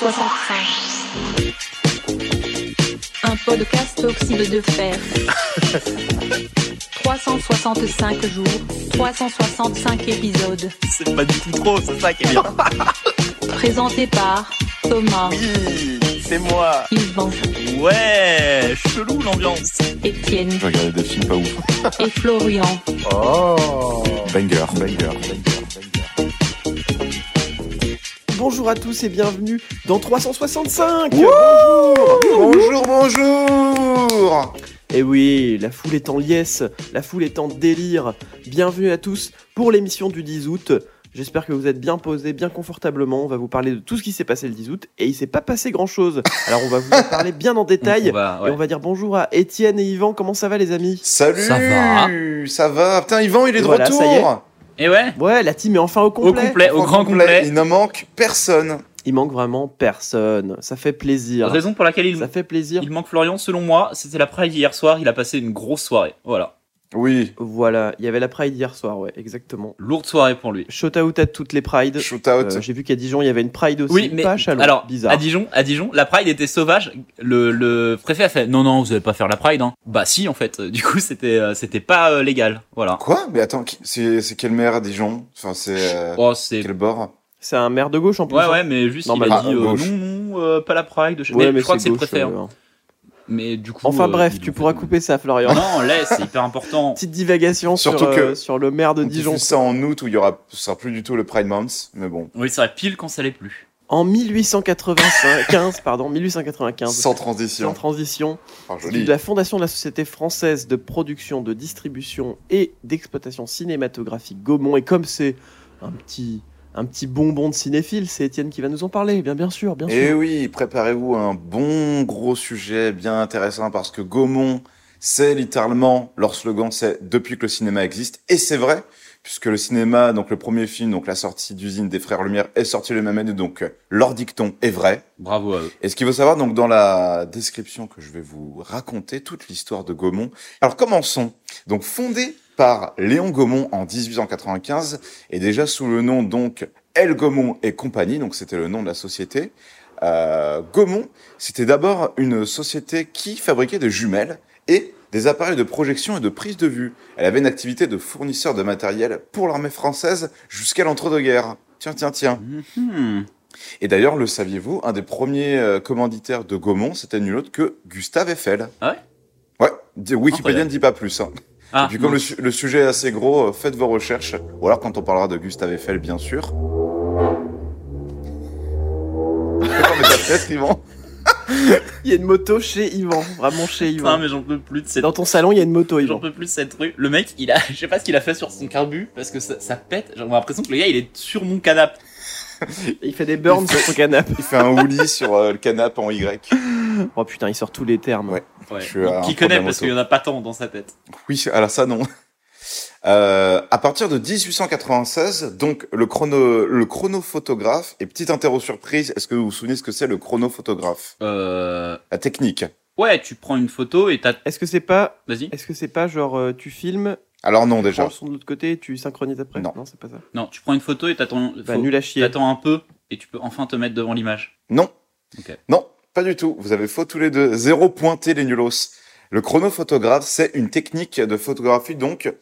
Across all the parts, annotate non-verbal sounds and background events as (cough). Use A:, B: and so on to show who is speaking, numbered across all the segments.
A: 365. Un podcast oxyde de (laughs) fer. 365 jours, 365 épisodes.
B: C'est pas du tout trop, c'est ça qui est bien.
A: Présenté par Thomas,
B: Oui, c'est moi.
A: Yvan,
B: Ouais, chelou l'ambiance.
A: Étienne
C: Je regardais des films pas ouf.
A: et Florian.
D: Oh
C: Banger, banger, banger.
D: Bonjour à tous et bienvenue dans 365
E: Bonjour, bonjour
D: Et Eh oui, la foule est en liesse, la foule est en délire. Bienvenue à tous pour l'émission du 10 août. J'espère que vous êtes bien posés, bien confortablement. On va vous parler de tout ce qui s'est passé le 10 août et il s'est pas passé grand chose. Alors on va vous en parler bien en détail.
B: On va- (laughs)
D: Et
B: ouais.
D: on va dire bonjour à Étienne et Yvan, comment ça va les amis
E: Salut
B: Ça va
E: Ça va. Putain, Yvan, il est de
D: Voilà,
E: retour
D: ça y est.
B: Et ouais,
D: Ouais, la team est enfin au
B: au
D: complet.
B: complet, Eh, au
E: Franck
B: grand complet.
E: Il ne manque personne.
D: Il manque vraiment personne. Ça fait plaisir.
B: Raison pour laquelle il,
D: Ça fait plaisir.
B: il manque Florian, selon moi, c'était la pride hier soir, il a passé une grosse soirée. Voilà,
E: Oui.
D: Voilà, il y avait la Pride hier soir, ouais, exactement.
B: lourde soirée pour lui.
D: Shout out à toutes les prides.
E: Shoot out.
D: Euh, J'ai vu qu'à Dijon, il y avait une Pride aussi.
B: Oui, mais
D: pas à Chalon.
B: alors,
D: bizarre.
B: à Dijon, à Dijon, la pride était sauvage. Le, le préfet a fait non non, vous allez pas faire la pride. Hein. Bah si en fait, du coup c'était euh, c'était pas euh, légal. Voilà.
E: Quoi Mais attends, qui- c'est c'est quel maire à Dijon Enfin, c'est euh,
B: Oh c'est
E: quel bord
D: C'est un maire de gauche en plus.
B: ouais
D: hein.
B: ouais, mais juste
D: Non,
B: il
D: bah,
B: a dit
E: ah,
B: euh,
E: gauche.
B: non non, euh, pas la pride. Je,
D: Ouais,
B: mais je crois que
D: c'est
B: c'est le
D: gauche,
B: préfet. hein.
D: euh, alors.
B: Mais du coup.
D: Enfin
B: euh,
D: bref,
B: ils
D: tu
B: l'ont
D: pourras
B: fait.
D: couper ça, Florian.
B: Non, laisse, c'est hyper
E: (laughs)
B: important.
D: Ah, Petite divagation sur,
E: Surtout que-
D: euh, sur le maire de
E: On
D: Dijon.
E: diffuse ça en août où il y aura, ce sera plus du tout le Pride Month, mais bon.
B: Oui, ça serait pile quand ça l'est plus.
D: En 1895, (laughs) pardon, 1895.
E: Sans
D: sans
E: transition.
D: transition,
E: Ah,
D: de
E: joli.
D: la fondation de la Société française de production, de distribution et d'exploitation cinématographique Gaumont. Et comme c'est un petit, un petit bonbon de cinéphile, c'est Étienne qui va nous en parler. Eh Bien, bien sûr, bien sûr.
E: Eh oui, préparez-vous à un bon gros sujet bien intéressant parce que Gaumont, c'est littéralement leur slogan, c'est depuis que le cinéma existe. Et c'est vrai, puisque le cinéma, donc le premier film, donc la sortie d'usine des Frères Lumière est sorti le même année, donc euh, leur dicton est vrai.
B: Bravo à eux.
E: Et ce qu'il faut savoir, donc dans la description que je vais vous raconter, toute l'histoire de Gaumont. Alors commençons. Donc fondé par Léon Gaumont en 1895 et déjà sous le nom donc El Gaumont et compagnie, donc c'était le nom de la société. Euh, Gaumont, c'était d'abord une société qui fabriquait des jumelles et des appareils de projection et de prise de vue. Elle avait une activité de fournisseur de matériel pour l'armée française jusqu'à l'entre-deux-guerres. Tiens, tiens, tiens. Mhm.
B: Hmm.
E: Et d'ailleurs, le saviez-vous, un des premiers euh, commanditaires de Gaumont, c'était nul autre que Gustave Eiffel.
B: Ah
E: ouais Ouais, d- Wikipédia
B: Incroyable.
E: ne dit pas plus. hein.
B: Ah,
E: Et puis comme le, su- le sujet est assez gros, euh, faites vos recherches. Ou alors quand on parlera de Gustave Eiffel, bien sûr. D'accord, mais t'as fait, Yvan
D: Il y a une moto chez Yvan, vraiment chez
B: putain,
E: hein.
D: Yvan.
B: mais j'en peux plus de cette.
D: Dans ton salon, il y a une moto,
B: J'en
D: Yvan.
B: peux plus de cette rue. Le mec, il a, (laughs) je sais pas ce qu'il a fait sur son carbu parce que ça, ça pète. J'ai l'impression que le gars, il est sur mon canapé.
D: Il fait des burns sur son canapé. (laughs)
E: Il fait un houli sur euh, le canapé en Y.
D: Oh putain, il sort tous les termes.
E: Ouais.
B: Ouais.
E: Je suis à un
B: Qui
E: problème
B: connaît parce
E: auto.
B: qu'il y en a pas tant dans sa tête.
E: Oui, alors ça non. Euh, à partir de 1896, donc le chrono, le chronophotographe. Et petite interro surprise, est-ce que vous vous souvenez ce que c'est le chronophotographe
B: Euh,
E: La technique.
B: ouais, tu prends une photo et t'as,
D: Est-ce que c'est pas,
B: vas-y.
D: est-ce que c'est pas genre euh, tu filmes,
E: Alors non
D: prends
E: déjà.
D: le son de l'autre côté, et tu synchronises après
E: Non.
D: c'est pas ça.
B: Non, tu prends une photo et t'attends,
D: Bah,
B: faut-
D: nul à chier.
B: t'attends un peu et tu peux enfin te mettre devant l'image.
E: Non.
B: Ok.
E: Non, pas du tout. Vous avez faux tous les deux. Zéro pointé les nulos. Le chronophotographe, c'est une technique de photographie donc.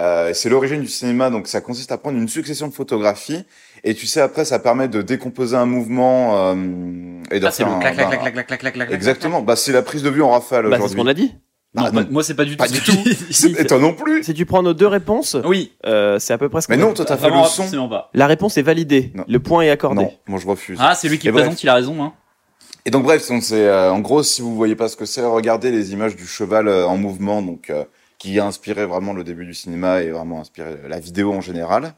E: euh, c'est l'origine du cinéma, donc ça consiste à prendre une succession de photographies et tu sais après ça permet de décomposer un mouvement euh, et de
B: Ah, c'est le
E: un-
B: clac, clac,
E: un-
B: clac, clac, clac, clac, clac, clac.
E: Exactement. Bah, c'est la prise de vue en rafale
D: Bah, c'est ce
E: aujourd'hui.
D: qu'on a dit.
B: Non,
E: Ah,
B: bah,
E: non.
B: moi, c'est pas du tout.
E: Pas
B: ce
E: du
B: que
E: tout.
B: j'ai
E: (laughs)
B: dit.
E: Et toi non plus.
D: Si tu prends nos deux réponses,
B: Oui.
D: euh, c'est à peu près ce qu'on
E: Mais
D: a
E: non,
D: dit.
E: toi, t'as fait
B: Ah, Vraiment,
E: le son.
B: absolument pas.
D: La réponse est validée.
E: Non.
D: Le point est accordé.
E: Non, moi je refuse.
B: Ah, c'est lui qui
E: Et bref.
B: présente, il a raison, hein.
E: Et donc bref, donc, c'est euh, en gros si vous voyez pas ce que c'est, regardez les images du cheval euh, en mouvement, donc euh, qui a inspiré vraiment le début du cinéma et vraiment inspiré la vidéo en général.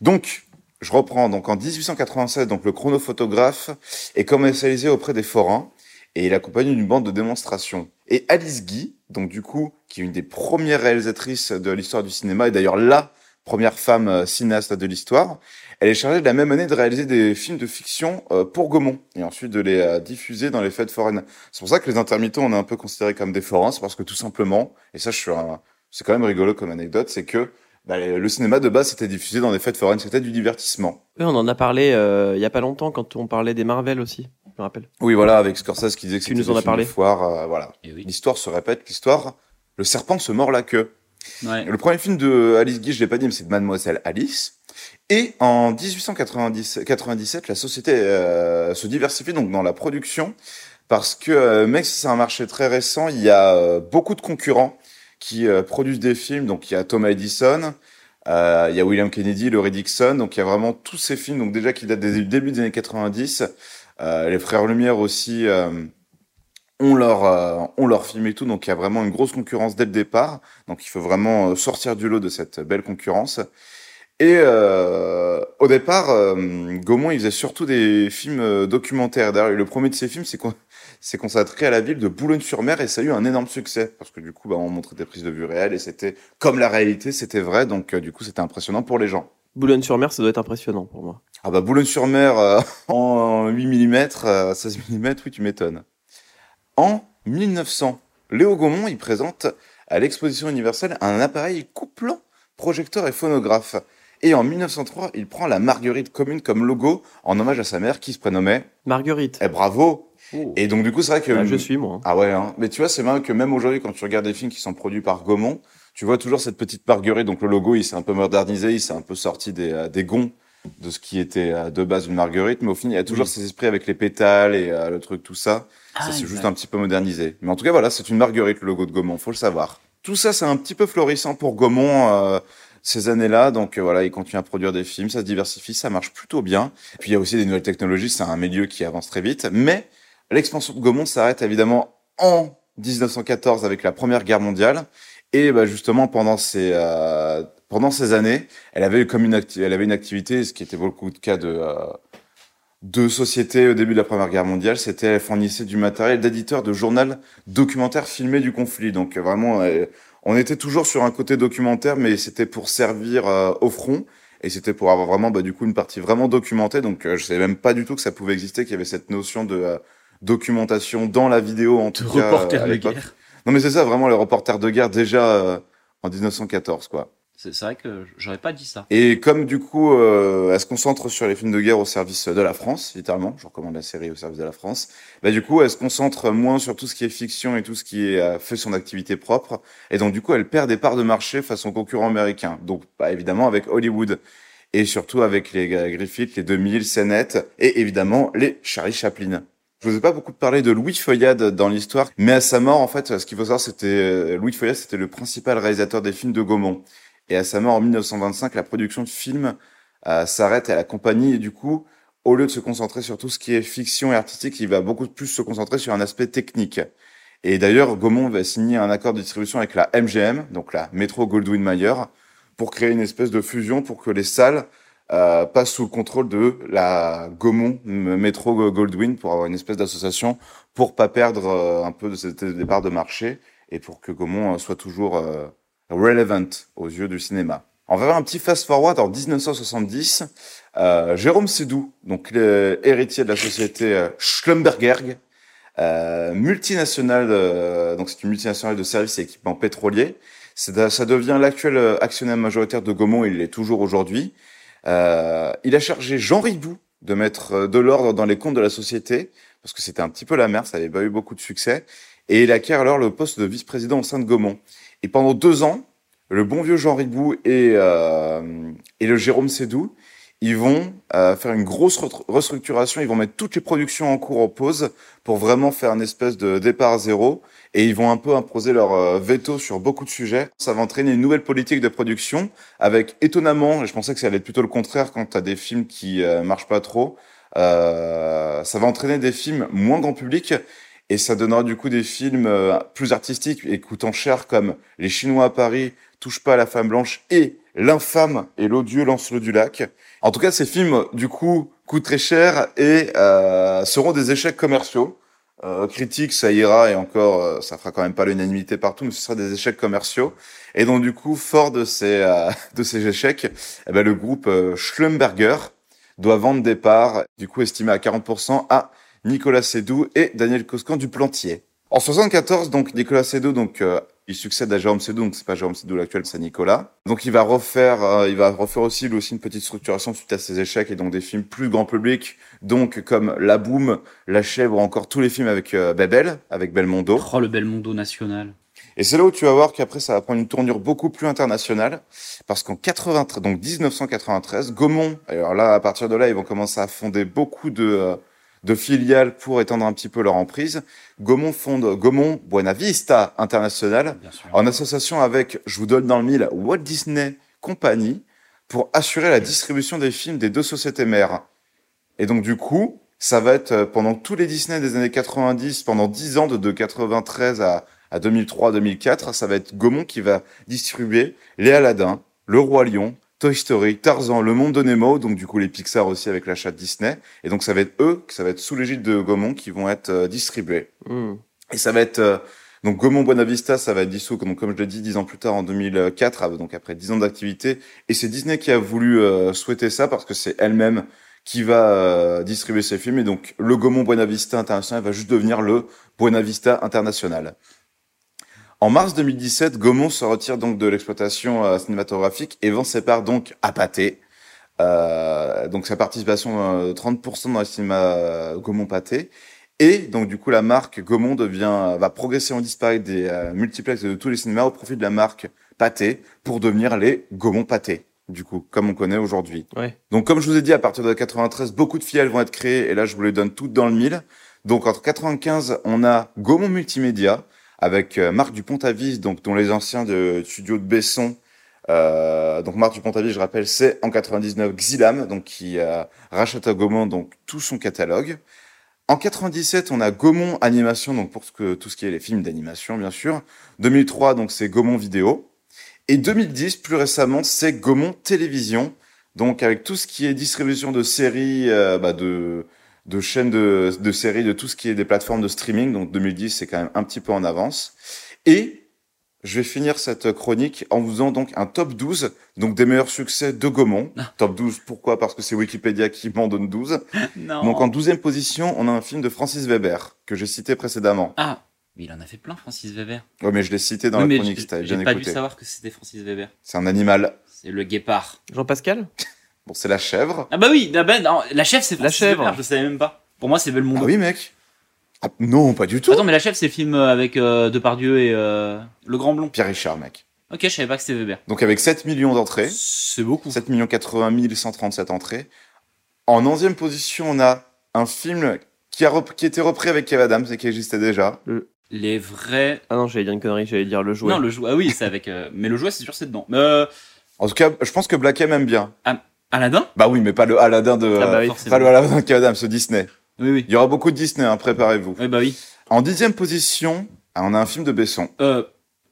E: Donc je reprends. Donc en 1896, donc le chronophotographe est commercialisé auprès des forains et il accompagne une bande de démonstration. Et Alice Guy, donc du coup, qui est une des premières réalisatrices de l'histoire du cinéma et d'ailleurs la première femme euh, cinéaste de l'histoire, elle est chargée de la même année de réaliser des films de fiction euh, pour Gaumont et ensuite de les euh, diffuser dans les fêtes foraines. C'est pour ça que les intermittents, on est un peu considérés comme des forains, c'est parce que tout simplement, et ça, je suis un- c'est quand même rigolo comme anecdote, c'est que bah, le cinéma de base c'était diffusé dans des fêtes foraines, c'était du divertissement.
D: Oui, on en a parlé euh, il y a pas longtemps quand on parlait des Marvel aussi, je me rappelle.
E: Oui, voilà, avec Scorsese qui disait que
D: Tu
E: c'était
D: nous en
E: des
D: as
E: films de
D: parlé.
E: foire, euh, voilà.
B: Et oui.
E: L'histoire se répète, l'histoire, le serpent se mord la queue.
B: Ouais.
E: Le premier film de Alice Guy, je l'ai pas dit, mais c'est de Mademoiselle Alice. Et en 1897, la société euh, se diversifie donc dans la production parce que euh, même si c'est un marché très récent, il y a euh, beaucoup de concurrents qui euh, produisent des films. Donc il y a Thomas Edison, euh, il y a William Kennedy, Laurie Dixon. Donc il y a vraiment tous ces films donc déjà qui datent des débuts des années 90. Euh, les frères Lumière aussi euh, ont leur euh, ont leur film et tout. Donc il y a vraiment une grosse concurrence dès le départ. Donc il faut vraiment euh, sortir du lot de cette belle concurrence. Et euh, au départ, euh, Gaumont, il faisait surtout des films euh, documentaires. D'ailleurs, le premier de ses films, c'est qu'on (laughs) s'est consacré à la ville de Boulogne-sur-Mer et ça a eu un énorme succès parce que du coup, bah, on montrait des prises de vue réelles et c'était comme la réalité, c'était vrai. Donc euh, du coup, c'était impressionnant pour les gens.
D: Boulogne-sur-Mer, ça doit être impressionnant pour moi.
E: Ah bah Boulogne-sur-Mer euh, (laughs) en 8 mm, euh, 16 mm, oui tu m'étonnes. En 1900, Léo Gaumont y présente à l'exposition universelle un appareil couplant projecteur et phonographe. Et en 1903, il prend la marguerite commune comme logo en hommage à sa mère qui se prénommait
D: Marguerite,
E: Eh bravo
B: Oh.
E: Et donc du coup c'est vrai que...
D: Ah, je suis moi.
E: Ah ouais, hein. mais tu vois, c'est marrant que même aujourd'hui, quand tu regardes des films qui sont produits par Gaumont, tu vois toujours cette petite marguerite. Donc le logo, il s'est un peu modernisé, il s'est un peu sorti des, euh, des gonds de ce qui était euh, de base une marguerite. Mais au final, il y a toujours ces esprits avec les pétales et euh, le truc, tout ça. ça, c'est juste un petit peu modernisé. Mais en tout cas, voilà, c'est une marguerite, le logo de Gaumont, faut le savoir. Tout ça, c'est un petit peu florissant pour Gaumont. euh, ces années-là, donc euh, voilà, il continue à produire des films, ça se diversifie, ça marche plutôt bien. Puis il y a aussi des nouvelles technologies, c'est un milieu qui avance très vite. Mais L'expansion de Gaumont s'arrête évidemment en 1914 avec la Première Guerre mondiale. Et bah, justement, pendant ces, euh, pendant ces années, elle avait, eu comme une, acti- elle avait une activité, ce qui était beaucoup de cas de, euh, de société au début de la Première Guerre mondiale, c'était elle fournissait du matériel d'éditeur de journal documentaire filmé du conflit. Donc euh, vraiment, euh, on était toujours sur un côté documentaire, mais c'était pour servir euh, au front. Et c'était pour avoir vraiment, bah, du coup, une partie vraiment documentée. Donc, euh, je savais même pas du tout que ça pouvait exister, qu'il y avait cette notion de euh, documentation dans la vidéo, en
B: De
E: tout cas, euh,
B: reporter
E: à
B: de
E: l'époque.
B: guerre.
E: Non, mais c'est ça, vraiment, les reporters de guerre, déjà euh, en 1914, quoi.
B: C'est c'est vrai que j'aurais pas dit ça.
E: Et comme du coup, euh, elle se concentre sur les films de guerre au service de la France, littéralement, je recommande la série au service de la France, bah du coup, elle se concentre moins sur tout ce qui est fiction et tout ce qui est, euh, fait son activité propre, et donc du coup, elle perd des parts de marché face aux concurrents américains, donc bah, évidemment avec Hollywood, et surtout avec les euh, Griffith, les 2000, Sennett, et évidemment les Charlie Chaplin. Je vous ai pas beaucoup parlé de Louis Feuillade dans l'histoire, mais à sa mort, en fait, ce qu'il faut savoir, c'était euh, Louis Feuillade, c'était le principal réalisateur des films de Gaumont. Et à sa mort en 1925, la production de films euh, s'arrête à la compagnie. Et du coup, au lieu de se concentrer sur tout ce qui est fiction et artistique, il va beaucoup plus se concentrer sur un aspect technique. Et d'ailleurs, Gaumont va signer un accord de distribution avec la MGM, donc la Metro Goldwyn Mayer, pour créer une espèce de fusion pour que les salles euh, passent sous le contrôle de la Gaumont M- Metro Goldwyn pour avoir une espèce d'association pour pas perdre euh, un peu de cette départ de marché et pour que Gaumont euh, soit toujours euh, relevant aux yeux du cinéma. On va faire un petit fast-forward en 1970. Euh, Jérôme Sédou, donc le héritier de la société euh, Schlumberger, euh, multinationale, euh, donc c'est une multinationale de services et équipements pétroliers. C'est de- ça devient l'actuel euh, actionnaire majoritaire de Gaumont, il l'est toujours aujourd'hui. Euh, il a chargé Jean Ribou de mettre euh, de l'ordre dans les comptes de la société, parce que c'était un petit peu la merde, ça n'avait pas eu beaucoup de succès. Et il acquiert alors le poste de vice-président au sein de Gaumont. Et pendant deux ans, le bon vieux Jean Ribou et, euh, et le Jérôme Sédou, ils vont euh, faire une grosse re- restructuration, ils vont mettre toutes les productions en cours en pause pour vraiment faire un espèce de départ à zéro et ils vont un peu imposer leur euh, veto sur beaucoup de sujets. Ça va entraîner une nouvelle politique de production avec étonnamment, et je pensais que ça allait être plutôt le contraire quand t'as des films qui euh, marchent pas trop, euh, ça va entraîner des films moins grand public et ça donnera du coup des films euh, plus artistiques et coûtant cher comme Les Chinois à Paris, Touche pas à la femme blanche et L'infâme et l'odieux Lancelot du lac. En tout cas, ces films, du coup, coûtent très cher et euh, seront des échecs commerciaux. Euh, critique, ça ira et encore, euh, ça fera quand même pas l'unanimité partout, mais ce sera des échecs commerciaux. Et donc, du coup, fort de ces, euh, (laughs) de ces échecs, eh ben, le groupe euh, Schlumberger doit vendre des parts, du coup, estimé à 40% à Nicolas Sédou et Daniel Coscan du Plantier. En 74, donc Nicolas Sédou donc euh, Il succède à Jérôme Sédou, donc c'est pas Jérôme Sédou l'actuel, c'est Nicolas. Donc il va refaire, euh, il va refaire aussi lui aussi une petite structuration suite à ses échecs et donc des films plus grand public, donc comme La Boum, La Chèvre, ou encore tous les films avec euh, Babel, avec Belmondo.
B: Oh, le Belmondo national.
E: Et c'est là où tu vas voir qu'après, ça va prendre une tournure beaucoup plus internationale, parce qu'en 93, donc 1993, Gaumont, alors là, à partir de là, ils vont commencer à fonder beaucoup de, euh, de filiales pour étendre un petit peu leur emprise. Gaumont fonde Gaumont Buena Vista International,
B: Bien sûr.
E: en association avec, je vous donne dans le mille, Walt Disney Company, pour assurer la distribution des films des deux sociétés mères. Et donc, du coup, ça va être euh, pendant tous les Disney des années 90, pendant 10 ans, de, de 93 à, à 2003-2004, ça va être Gaumont qui va distribuer les Aladdin, le Roi Lion, Toy Story, Tarzan, Le Monde de Nemo, donc du coup les Pixar aussi avec l'achat de Disney. Et donc ça va être eux, que ça va être sous l'égide de Gaumont qui vont être euh, distribués.
D: Hmm.
E: Et ça va être euh, donc Gaumont Buenavista, ça va être dissous donc comme je l'ai dit dix ans plus tard en 2004, euh, donc après dix ans d'activité. Et c'est Disney qui a voulu euh, souhaiter ça parce que c'est elle-même qui va euh, distribuer ses films. Et donc le Gaumont Buenavista International va juste devenir le Buenavista International. En mars 2017, Gaumont se retire donc de l'exploitation euh, cinématographique et vend ses parts donc à Pathé. Euh, donc sa participation euh, 30% dans le cinéma euh, Gaumont Pathé. Et donc du coup, la marque Gaumont devient, va progressivement disparaître des euh, multiplexes de tous les cinémas au profit de la marque Pathé pour devenir les Gaumont Pathé. Du coup, comme on connaît aujourd'hui.
D: Ouais.
E: Donc, comme je vous ai dit, à partir de 93, beaucoup de filiales vont être créées. Et là, je vous les donne toutes dans le mille. Donc, entre 95, on a Gaumont Multimédia avec euh, Marc Dupont-Avis, donc dont les anciens de studio de Besson. Euh, donc, Marc Dupont-Avis, je rappelle, c'est en 99 Xilam, donc qui euh, rachète à Gaumont donc tout son catalogue. En 97, on a Gaumont Animation, donc pour ce que, tout ce qui est les films d'animation, bien sûr. 2003, donc c'est Gaumont Vidéo. Et 2010, plus récemment, c'est Gaumont Télévision, donc avec tout ce qui est distribution de séries, euh, bah, de, de chaînes de, de séries, de tout ce qui est des plateformes de streaming. Donc 2010, c'est quand même un petit peu en avance. Et je vais finir cette chronique en vous faisant donc un top 12, donc des meilleurs succès de Gaumont.
B: Ah.
E: Top 12, pourquoi Parce que c'est Wikipédia qui m'en donne 12.
B: (laughs) Non.
E: Donc en 12e position, on a un film de Francis Weber que j'ai cité précédemment.
B: Ah, mais il en a fait plein, Francis Weber.
E: Ouais, mais je l'ai cité dans
B: Oui,
E: la
B: mais
E: chronique, si
B: j'ai-
E: t'avais
B: j'ai
E: bien
B: pas dû
E: écouté.
B: savoir que c'était Francis Weber.
E: C'est un animal.
B: C'est le guépard.
D: Jean-Pascal
E: Bon, c'est la chèvre.
B: Ah bah oui, ah bah non, la chef c'est
D: La
B: Francis
D: chèvre.
B: Weber, je savais même pas. Pour moi c'est
E: Ah
B: Belmondo.
E: oui, mec. Ah, non, pas du tout.
B: Attends, mais la chef c'est le film euh, avec euh, Depardieu et euh, Le Grand Blond.
E: Pierre Richard, mec.
B: Ok, je savais pas que c'était Weber.
E: Donc avec 7 millions d'entrées,
B: C'est beaucoup.
E: 7 millions 80 137 entrées. En 11e position, on a un film qui a, rep- qui a été repris avec Kev Adams et qui existait déjà.
B: Les vrais.
D: Ah non, j'allais dire une connerie, j'allais dire le jouet.
B: Non, le jouet. Ah oui, c'est avec. euh, Mais le jouet c'est sûr c'est dedans. Euh,
E: En tout cas, je pense que Black M aime bien.
B: Aladdin
E: Bah oui, mais pas le Aladdin de...
D: Ah bah oui,
B: forcément.
E: pas le Aladdin de Kev Adams, ce Disney.
B: Oui, oui.
E: Il y aura beaucoup de Disney, hein, préparez-vous.
B: Oui, bah oui.
E: En dixième position, ah, on a un film de Besson.
B: Euh...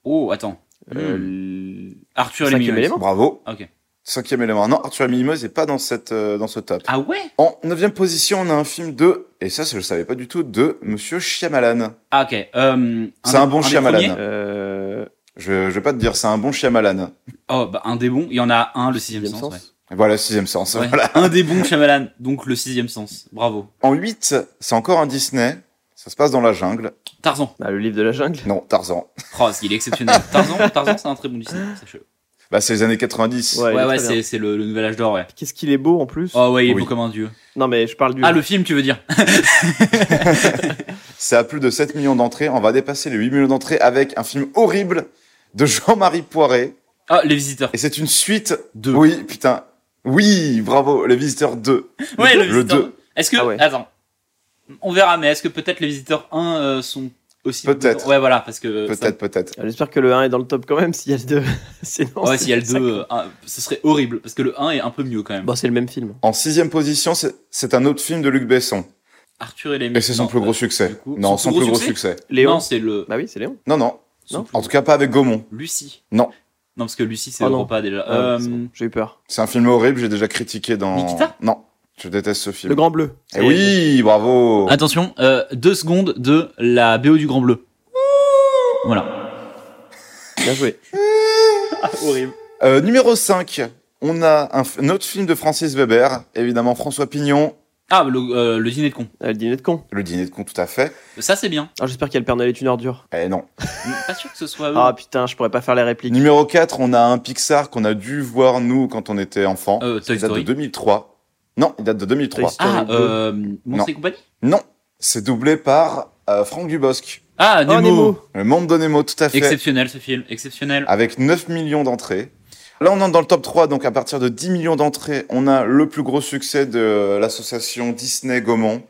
B: Oh, attends.
D: Euh,
B: Hmm. Arthur et les
D: Cinquième
B: Mignonnes.
D: élément
E: Bravo.
B: Ah, ok.
E: Cinquième élément. Ah Non, Arthur et les Mimosas n'est pas dans cette euh, dans ce top.
B: Ah ouais
E: En neuvième position, on a un film de et ça, je le savais pas du tout de Monsieur Shyamalan.
B: Ah ok. Euh,
E: C'est un bon
B: des
E: Shyamalan.
B: premiers
D: Euh,
E: Je, je vais pas te dire, c'est un bon Shyamalan.
B: Oh, bah un des bons. Il y en a un, le sixième,
D: Sixième
B: sens.
D: sens.
E: Voilà, sixième sens.
B: ouais. Ouais.
E: Voilà.
B: Un des bons Shyamalan, donc le sixième sens. Bravo.
E: En huit, c'est encore un Disney. Ça se passe dans la jungle.
B: Tarzan.
D: bah, le livre de la jungle.
E: Non, Tarzan.
B: Oh, il est exceptionnel. Tarzan, Tarzan c'est un très bon Disney, sachez-le.
E: Bah, c'est les années 90.
D: Ouais, il est
B: (laughs) Ouais, ouais,
D: très bien.
B: c'est c'est le, le nouvel âge d'or, ouais.
D: Qu'est-ce qu'il est beau en plus
B: Oh, ouais, il est
E: Oui.
B: beau comme un dieu.
D: Non, mais je parle du.
B: Ah, le film, tu veux dire
E: C'est à plus de 7 millions d'entrées. On va dépasser les 8 millions d'entrées avec un film horrible de Jean-Marie Poiret.
B: Ah, Les Visiteurs.
E: Et c'est une suite
B: Deux.
E: Oui, putain. Oui, bravo, Les Visiteurs 2.
B: Ouais,
E: le
B: le Visiteur.
E: deux.
B: Est-ce que.
D: Ah ouais.
B: Attends. On verra, mais est-ce que peut-être Les Visiteurs 1 euh, sont aussi.
E: Peut-être.
B: Ouais, voilà, parce que. ça-
E: Peut-être, peut-être.
D: Ah, J'espère que le 1 est dans le top quand même, (laughs) s'il y a le 2. Sinon,
B: Ouais,
D: c'est-
B: s'il y a le
D: ça-
B: 2, ce serait horrible, parce que le 1 est un peu mieux quand même.
D: Bon, c'est le même film.
E: En sixième position, c'est- c'est un autre film de Luc Besson.
B: Arthur et les
E: Et c'est son
B: Non,
E: plus gros
B: euh,
E: succès.
B: du coup,
E: non, son, plus gros succès.
D: Léon
B: Non, c'est le.
D: Bah oui, c'est Léon.
E: Non, non.
B: son
D: Non.
B: plus
E: En tout cas, pas avec Gaumont.
B: gros- Lucie.
E: Non.
B: Non, parce que Lucie, c'est
D: Oh, non.
B: Europa déjà.
D: Ah,
B: Euh,
D: bon, J'ai eu peur.
E: C'est un film horrible, j'ai déjà critiqué dans.
B: Nikita
E: Non. Je déteste ce film.
D: Le Grand Bleu.
E: Eh oui, bravo.
B: Attention, euh, deux secondes de la BO du Grand Bleu. Voilà.
D: Eh,
B: (laughs)
D: Bien joué.
B: Ah, Horrible.
E: Euh, numéro 5. On a un, f- un autre film de Francis Weber. Évidemment, François Pignon.
B: Ah, le, euh, le dîner de con.
D: Ah, le dîner de con.
E: Le dîner de con, tout à fait.
B: Ça, c'est bien.
D: Ah, J'espère qu'il y a le Père Noël est une ordure.
E: Eh non.
B: Pas sûr que ce soit eux.
D: Ah putain, je pourrais pas faire les répliques.
E: Numéro 4, on a un Pixar qu'on a dû voir, nous, quand on était enfant.
B: Euh, Toy
E: il date
B: Story.
E: de 2003. Non, il date de 2003.
D: Toy
B: Ah,
D: Story
B: euh, Monstres et compagnie
E: Non, c'est doublé par euh, Franck Dubosc.
B: Ah,
D: Oh,
B: Nemo.
D: Nemo.
E: Le monde de Nemo, Ah. tout à fait.
B: Exceptionnel ce film, exceptionnel.
E: Avec 9 millions d'entrées. Là, on entre dans le top 3, donc à partir de 10 millions d'entrées, on a le plus gros succès de l'association Disney Gaumont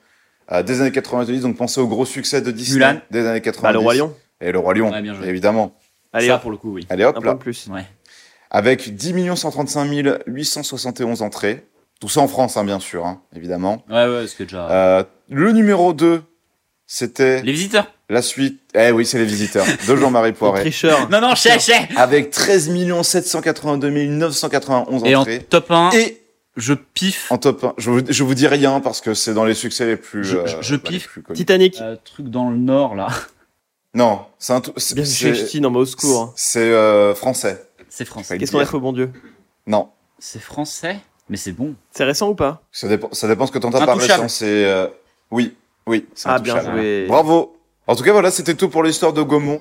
E: euh, des années 90. Donc pensez au gros succès de Disney
B: Mulan.
E: des années 90.
D: Bah, le Roi Lion.
E: Et le Roi Lion,
B: Ouais, bien joué.
E: évidemment.
D: Allez,
B: ça
D: hop,
B: pour le coup, oui.
E: Allez hop
D: un
E: là.
D: point de plus.
B: Ouais.
E: avec 10 135 871 entrées. Tout ça en France, hein, bien sûr, hein, évidemment.
B: Ouais, ouais, ce que déjà.
E: Euh, le numéro 2, c'était
B: Les visiteurs.
E: la suite. Eh oui, c'est Les Visiteurs
B: (laughs)
E: de Jean-Marie
D: Le
E: Poiret.
D: tricheur.
B: Non, non, chais, chais.
E: Avec 13 782 991
B: Et en
E: entrées.
B: top 1,
E: Et
B: je piffe.
E: en top 1, je vous, je vous dis rien parce que c'est dans les succès les plus.
B: Je-
E: euh,
B: je- je
E: bah, les
B: piffe.
E: plus connus.
D: Titanic.
B: Euh, truc dans le nord, là.
E: Non, c'est un tout. c'est-
D: Bien
E: c'est-
D: sûr, Ch'ti, non mais au secours.
E: C'est euh, français.
B: C'est
E: Faut
B: français.
E: le
D: hein. Qu'est-ce qu'on a
E: dire.
D: fait au bon Dieu
E: Non,
B: C'est français Mais c'est bon.
D: C'est récent ou pas
E: ça dépend, ça dépend ce que t'entends par
B: Intouchable.
E: récent. C'est. euh, Oui, oui. c'est
D: Ah, bien
B: hein.
E: intouchable.
D: joué.
E: Bravo. En tout cas, voilà, c'était tout pour l'histoire de Gaumont.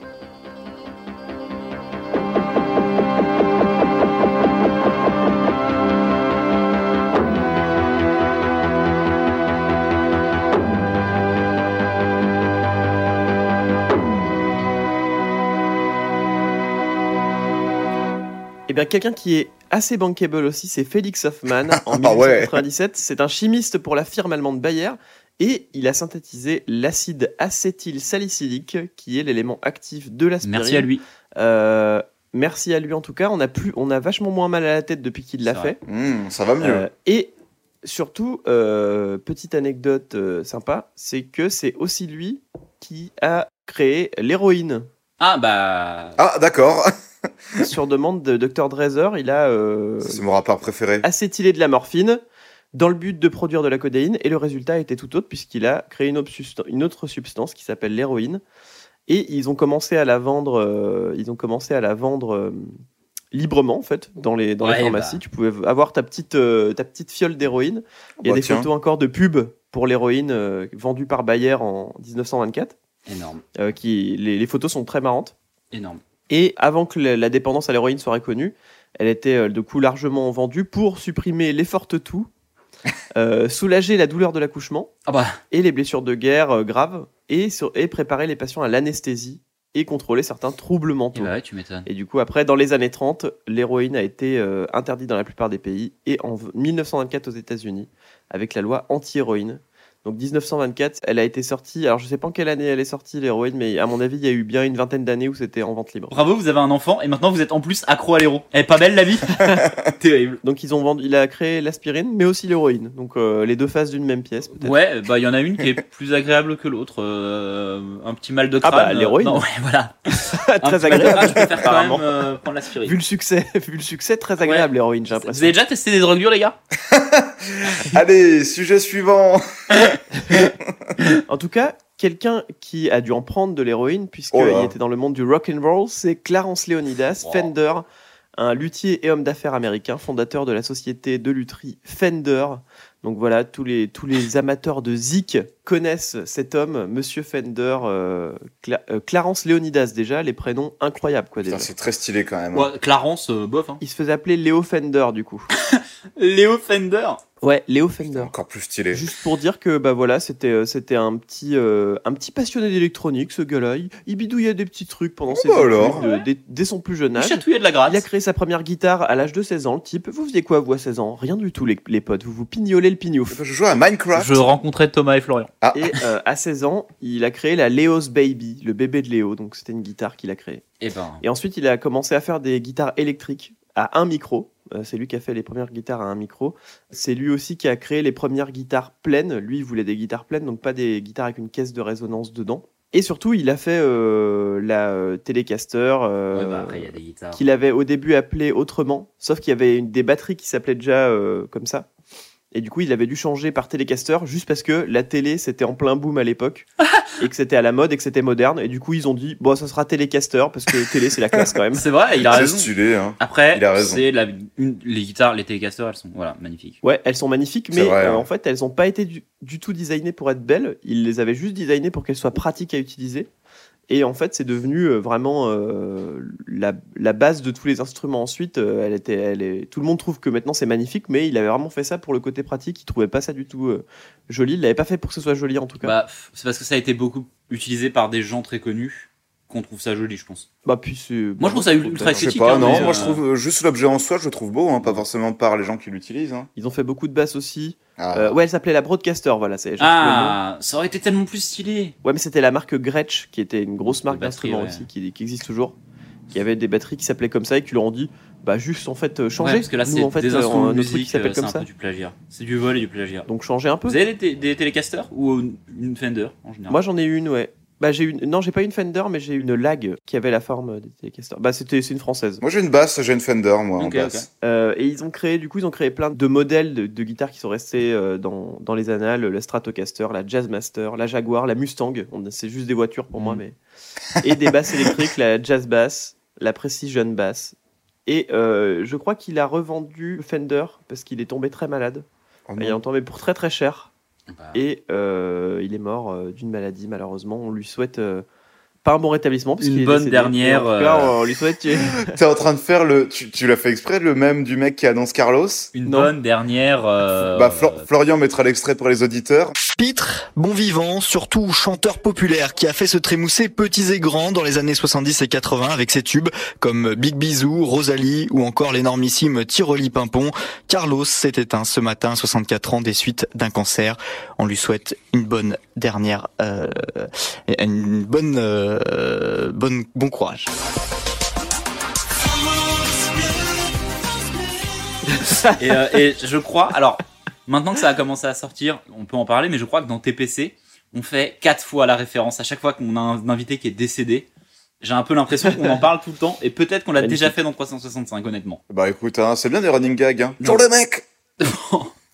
D: Eh bien, quelqu'un qui est assez bankable aussi, c'est
E: (laughs)
D: Félix Hoffmann. En
E: Ah ouais.
D: 1997, c'est un chimiste pour la firme allemande Bayer et il a synthétisé l'acide acétylsalicylique, qui est l'élément actif de l'aspirine.
B: Merci à lui.
D: Euh, merci à lui en tout cas. On a plus, on a vachement moins mal à la tête depuis qu'il l'a
B: C'est
D: fait.
B: vrai.
E: Hmm, ça va mieux.
D: Euh, et surtout, euh, petite anecdote euh, sympa, c'est que c'est aussi lui qui a créé l'héroïne.
E: (laughs)
B: Ah, bah.
E: Ah, d'accord.
D: euh, Sur demande de Dr. Dreiser, il a euh,
E: (laughs) C'est mon rappeur préféré.
D: acétylé de la morphine dans le but de produire de la codéine et le résultat était tout autre puisqu'il a créé une, autre substan- une autre substance qui s'appelle l'héroïne et ils ont commencé à la vendre euh, ils ont commencé à la vendre euh, librement en fait dans les dans
B: Ouais,
D: les pharmacies
B: bah.
D: tu pouvais avoir ta petite euh, ta petite fiole d'héroïne il y a
E: Bah,
D: des
E: tiens.
D: photos encore de pubs pour l'héroïne euh, vendue par Bayer en 1924
B: Énorme,
D: euh, qui les- les photos sont très marrantes
B: énorme.
D: et avant que la la dépendance à l'héroïne soit reconnue, elle était euh, de coup largement vendue pour supprimer les fortes
B: (laughs)
D: toux, euh, soulager la douleur de l'accouchement
B: Ah bah.
D: et les blessures de guerre euh, graves et, sur- et préparer les patients à l'anesthésie et contrôler certains troubles
B: Et
D: mentaux.
B: bah ouais, tu m'étonnes.
D: Et du coup, après, dans les années 30, l'héroïne a été euh, interdite dans la plupart des pays et en v- 1924 aux États-Unis avec la loi anti-héroïne. Donc 1924, elle a été sortie. Alors je sais pas en quelle année elle est sortie l'héroïne, mais à mon avis, il y a eu bien une vingtaine d'années où c'était en vente libre.
B: Bravo, vous avez un enfant et maintenant vous êtes en plus accro à l'héros. Elle est pas belle la
D: (laughs)
B: vie Terrible.
D: Donc ils ont vendu, il a créé l'aspirine, mais aussi l'héroïne. Donc euh, les deux faces d'une même pièce. peut-être.
B: Ouais, bah il y en a une qui est plus agréable que l'autre. Euh, un petit mal de
D: Ah
B: crâne.
D: bah, l'héroïne.
B: euh, Non, ouais, Ah, voilà. Un
D: (laughs) très
B: petit mal de crâne,
D: agréable.
B: je préfère quand même
D: apparemment.
B: euh, prendre l'aspirine.
D: Vu le succès, (laughs) vu le succès, très agréable l'héroïne, j'ai
B: Vous
D: l'impression.
B: avez déjà testé des drogues dures, les gars
E: Allez, sujet suivant.
D: En tout cas, quelqu'un qui a dû en prendre de l'héroïne puisqu'il
E: Oh là.
D: était dans le monde du rock and roll, c'est Clarence Leonidas
B: Wow.
D: Fender, un luthier et homme d'affaires américain, fondateur de la société de lutherie Fender. Donc voilà, tous les tous les amateurs de zik connaissent cet homme, Monsieur Fender, euh, Cla- euh, Clarence Leonidas déjà, les prénoms incroyables quoi déjà.
E: Putain, c'est très stylé quand même. hein.
B: Ouais, Clarence, euh, bof. Hein.
D: Il se faisait appeler Léo Fender du coup.
B: Léo Fender.
D: Ouais, Léo Fender.
E: Encore plus stylé.
D: Juste pour dire que bah voilà, c'était euh, c'était un petit euh, un petit passionné d'électronique ce gars-là. Il, il bidouillait des petits trucs pendant ses
E: bah
D: études
E: alors.
D: de- dès, dès son plus jeune
B: Il
D: âge.
B: chatouillait de la
D: Il a
B: gratte.
D: créé sa première guitare à l'âge de 16 ans, le type. Vous faisiez quoi, vous, à 16 ans Rien du tout, les, les potes. Vous vous pignolez le pignouf.
E: Je joue à Minecraft.
B: Je rencontrais Thomas et Florian.
D: Et euh, à 16 ans, il a créé la Léo's Baby, le bébé de Léo. Donc, c'était une guitare qu'il a créée.
B: Et ben.
D: Et ensuite, il a commencé à faire des guitares électriques à un micro. Euh, C'est lui qui a fait les premières guitares à un micro. C'est lui aussi qui a créé les premières guitares pleines. Lui, il voulait des guitares pleines, donc pas des guitares avec une caisse de résonance dedans. Et surtout, il a fait euh, la euh, Telecaster, euh,
B: Ouais, bah, après, il y a des guitares.
D: qu'il avait au début appelée autrement, sauf qu'il y avait une, des batteries qui s'appelaient déjà euh, comme ça. Et du coup, il avait dû changer par télécaster juste parce que la télé, c'était en plein boom à l'époque et que c'était à la mode et que c'était moderne. Et du coup, ils ont dit, bon, ça sera télécaster parce que télé, c'est la classe quand même.
B: C'est vrai, il a
E: C'est
B: raison.
E: stylé, hein.
B: Après,
E: Il a raison.
B: c'est la, une- les guitares, les télécasters, elles sont voilà, magnifiques.
D: Ouais, elles sont magnifiques,
E: C'est
D: mais
E: vrai,
D: euh,
E: hein.
D: en fait, elles n'ont pas été du, du tout designées pour être belles. Ils les avaient juste designées pour qu'elles soient pratiques à utiliser. Et en fait, c'est devenu euh, vraiment euh, la, la base de tous les instruments. Ensuite, euh, elle était, elle est, tout le monde trouve que maintenant c'est magnifique, mais il avait vraiment fait ça pour le côté pratique. Il trouvait pas ça du tout euh, joli. Il l'avait pas fait pour que ce soit joli en tout cas. Bah,
B: Bah, pff, c'est parce que ça a été beaucoup utilisé par des gens très connus qu'on trouve ça joli, je pense.
D: Bah, puis c'est- bon,
B: Moi, je trouve ça ultra
E: Je sais
B: esthétique.
E: pas,
B: hein,
E: non,
B: mais,
E: moi je
B: euh,
E: trouve euh, juste l'objet en soi, je le trouve beau, hein, pas forcément par les gens qui l'utilisent. Hein.
D: Ils ont fait beaucoup de basses aussi.
E: Ah.
D: Euh, ouais, elle s'appelait la Broadcaster. Voilà, c'est. j'ai retrouvé le nom.
B: Ah, ça aurait été tellement plus stylé.
D: Ouais, mais c'était la marque Gretsch, qui était une grosse
B: De
D: marque
B: batterie,
D: d'instruments
B: ouais.
D: aussi, qui, qui existe toujours, qui avait des batteries qui s'appelaient comme ça et qui leur ont dit, bah juste en fait euh, changer.
B: Ouais, parce que là,
D: Nous,
B: c'est
D: en fait,
B: des
D: euh,
B: instruments
D: on a
B: de
D: notre truc qui
B: musique, euh,
D: s'appelle
B: c'est
D: comme
B: un
D: ça.
B: peu du plagiat. C'est du vol et du plagiat.
D: Donc changer un peu.
B: Vous avez des, té- des télécasters ou une- une Fender en général
D: Moi j'en ai une, ouais. Bah j'ai une, non j'ai pas une Fender, mais j'ai une Lag qui avait la forme des Telecaster. Bah c'était c'est une française.
E: Moi j'ai une basse, j'ai une Fender, moi, en
B: Ok,
E: basse.
B: ok.
D: Euh, et ils ont créé, du coup, ils ont créé plein de modèles de, de guitares qui sont restés euh, dans, dans les annales, la Stratocaster, la Jazzmaster, la Jaguar, la Mustang, On- c'est juste des voitures pour moi,
B: Mhm.
D: mais... Et des basses électriques, la Jazz Bass, la Precision Bass. Et euh, je crois qu'il a revendu Fender parce qu'il est tombé très malade.
E: Oh
D: Il
E: non.
D: est tombé pour très très cher
B: Mm. Bah,
D: et euh, il est mort euh, d'une maladie malheureusement. On lui souhaite euh, pas un bon rétablissement. parce
B: Une
D: qu'il est
B: bonne
D: décédé. Mais
B: dernière,
D: En tout cas,
B: euh,
D: on lui souhaite...
E: T'es en train de faire le. Tu, tu l'as fait exprès, le même du mec qui annonce Carlos
B: une
D: non.
B: bonne dernière. euh,
E: Bah, Flo- Florian mettra l'extrait pour les auditeurs.
F: Pitre, bon vivant, surtout chanteur populaire qui a fait se trémousser petits et grands dans les années 70 et 80 avec ses tubes comme Big Bisou, Rosalie ou encore l'énormissime Tiroli Pimpon. Carlos s'est éteint ce matin, 64 ans, des suites d'un cancer. On lui souhaite une bonne dernière, euh, une bonne, euh, bonne, bon courage.
B: et, euh, et je crois, alors, maintenant que ça a commencé à sortir, on peut en parler, mais je crois que dans TPC, on fait quatre fois la référence à chaque fois qu'on a un invité qui est décédé. J'ai un peu l'impression qu'on en parle tout le temps, et peut-être qu'on l'a
D: Magnifique.
B: déjà fait dans 365, honnêtement.
E: Bah écoute, hein, c'est bien des running gags. Hein.
B: Non.
E: Genre le mec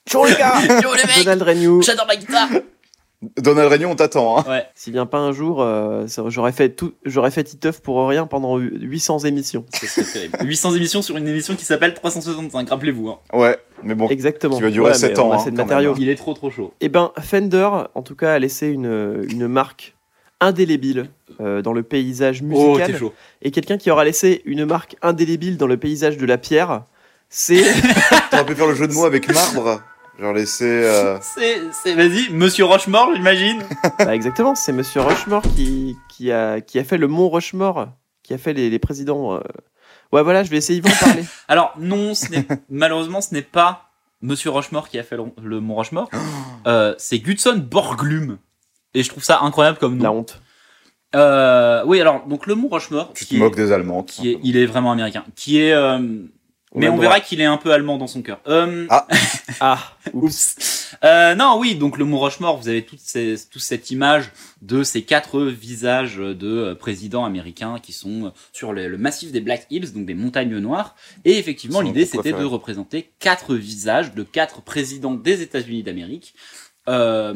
D: Ciao les gars
B: Yo les mecs,
D: Donald Renew.
B: j'adore la guitare
E: Donald Réunion, on t'attend. Hein.
B: Ouais,
D: S'il vient pas un jour, euh, ça- j'aurais fait tout, j'aurais fait Titeuf pour rien pendant 800 émissions.
B: ce serait terrible. 800 émissions sur une émission qui s'appelle 365, rappelez-vous. hein.
E: Ouais, mais bon.
D: Exactement.
E: Qui va durer sept
D: mais on
E: ans,
D: a
E: hein,
D: assez de
E: quand
D: matériaux.
B: Il est trop trop chaud.
D: Eh ben, Fender, en tout cas, a laissé une, une marque indélébile euh, dans le paysage
B: Oh,
D: musical.
B: t'es chaud.
D: et quelqu'un qui aura laissé une marque indélébile dans le paysage de la pierre,
E: (laughs)
D: c'est
E: T'aurais pu faire le jeu de mots avec marbre. Genre laisser.
B: (laughs)
E: euh,
B: C'est, c'est, vas-y, Monsieur Rochemort, j'imagine.
D: Bah, exactement, c'est Monsieur Rushmore qui, qui, a, qui a fait le Mont Rushmore, qui a fait les, les présidents. euh. Ouais, voilà, je vais essayer de vous
E: (laughs)
D: en parler.
B: Alors non, ce n'est- malheureusement, ce n'est pas Monsieur Rochemort qui a fait le, le Mont Rochemort. (gasps) Euh, c'est Gudson Borglum. Et je trouve ça incroyable comme
D: la
B: nom.
D: honte.
B: Euh, oui, alors donc le Mont Rochemort,
E: Tu te
B: qui est-
E: moques des Allemands. tout
B: qui est,
E: simplement.
B: il est vraiment américain. Qui est, euh, mais
D: a le
B: on
D: droit.
B: verra qu'il est un peu allemand dans son cœur. Euh, (laughs)
E: Ah.
D: Ah, oups.
B: Oups. Euh, non, oui, donc le Mont Rochemort, vous avez toute, ces, toute cette image de ces quatre visages de euh, présidents américains qui sont euh, sur le, le massif des Black Hills, donc des montagnes noires. Et effectivement,
E: Son
B: l'idée,
E: groupe
B: c'était de
E: préféré.
B: représenter quatre visages de quatre présidents des États-Unis d'Amérique. Euh,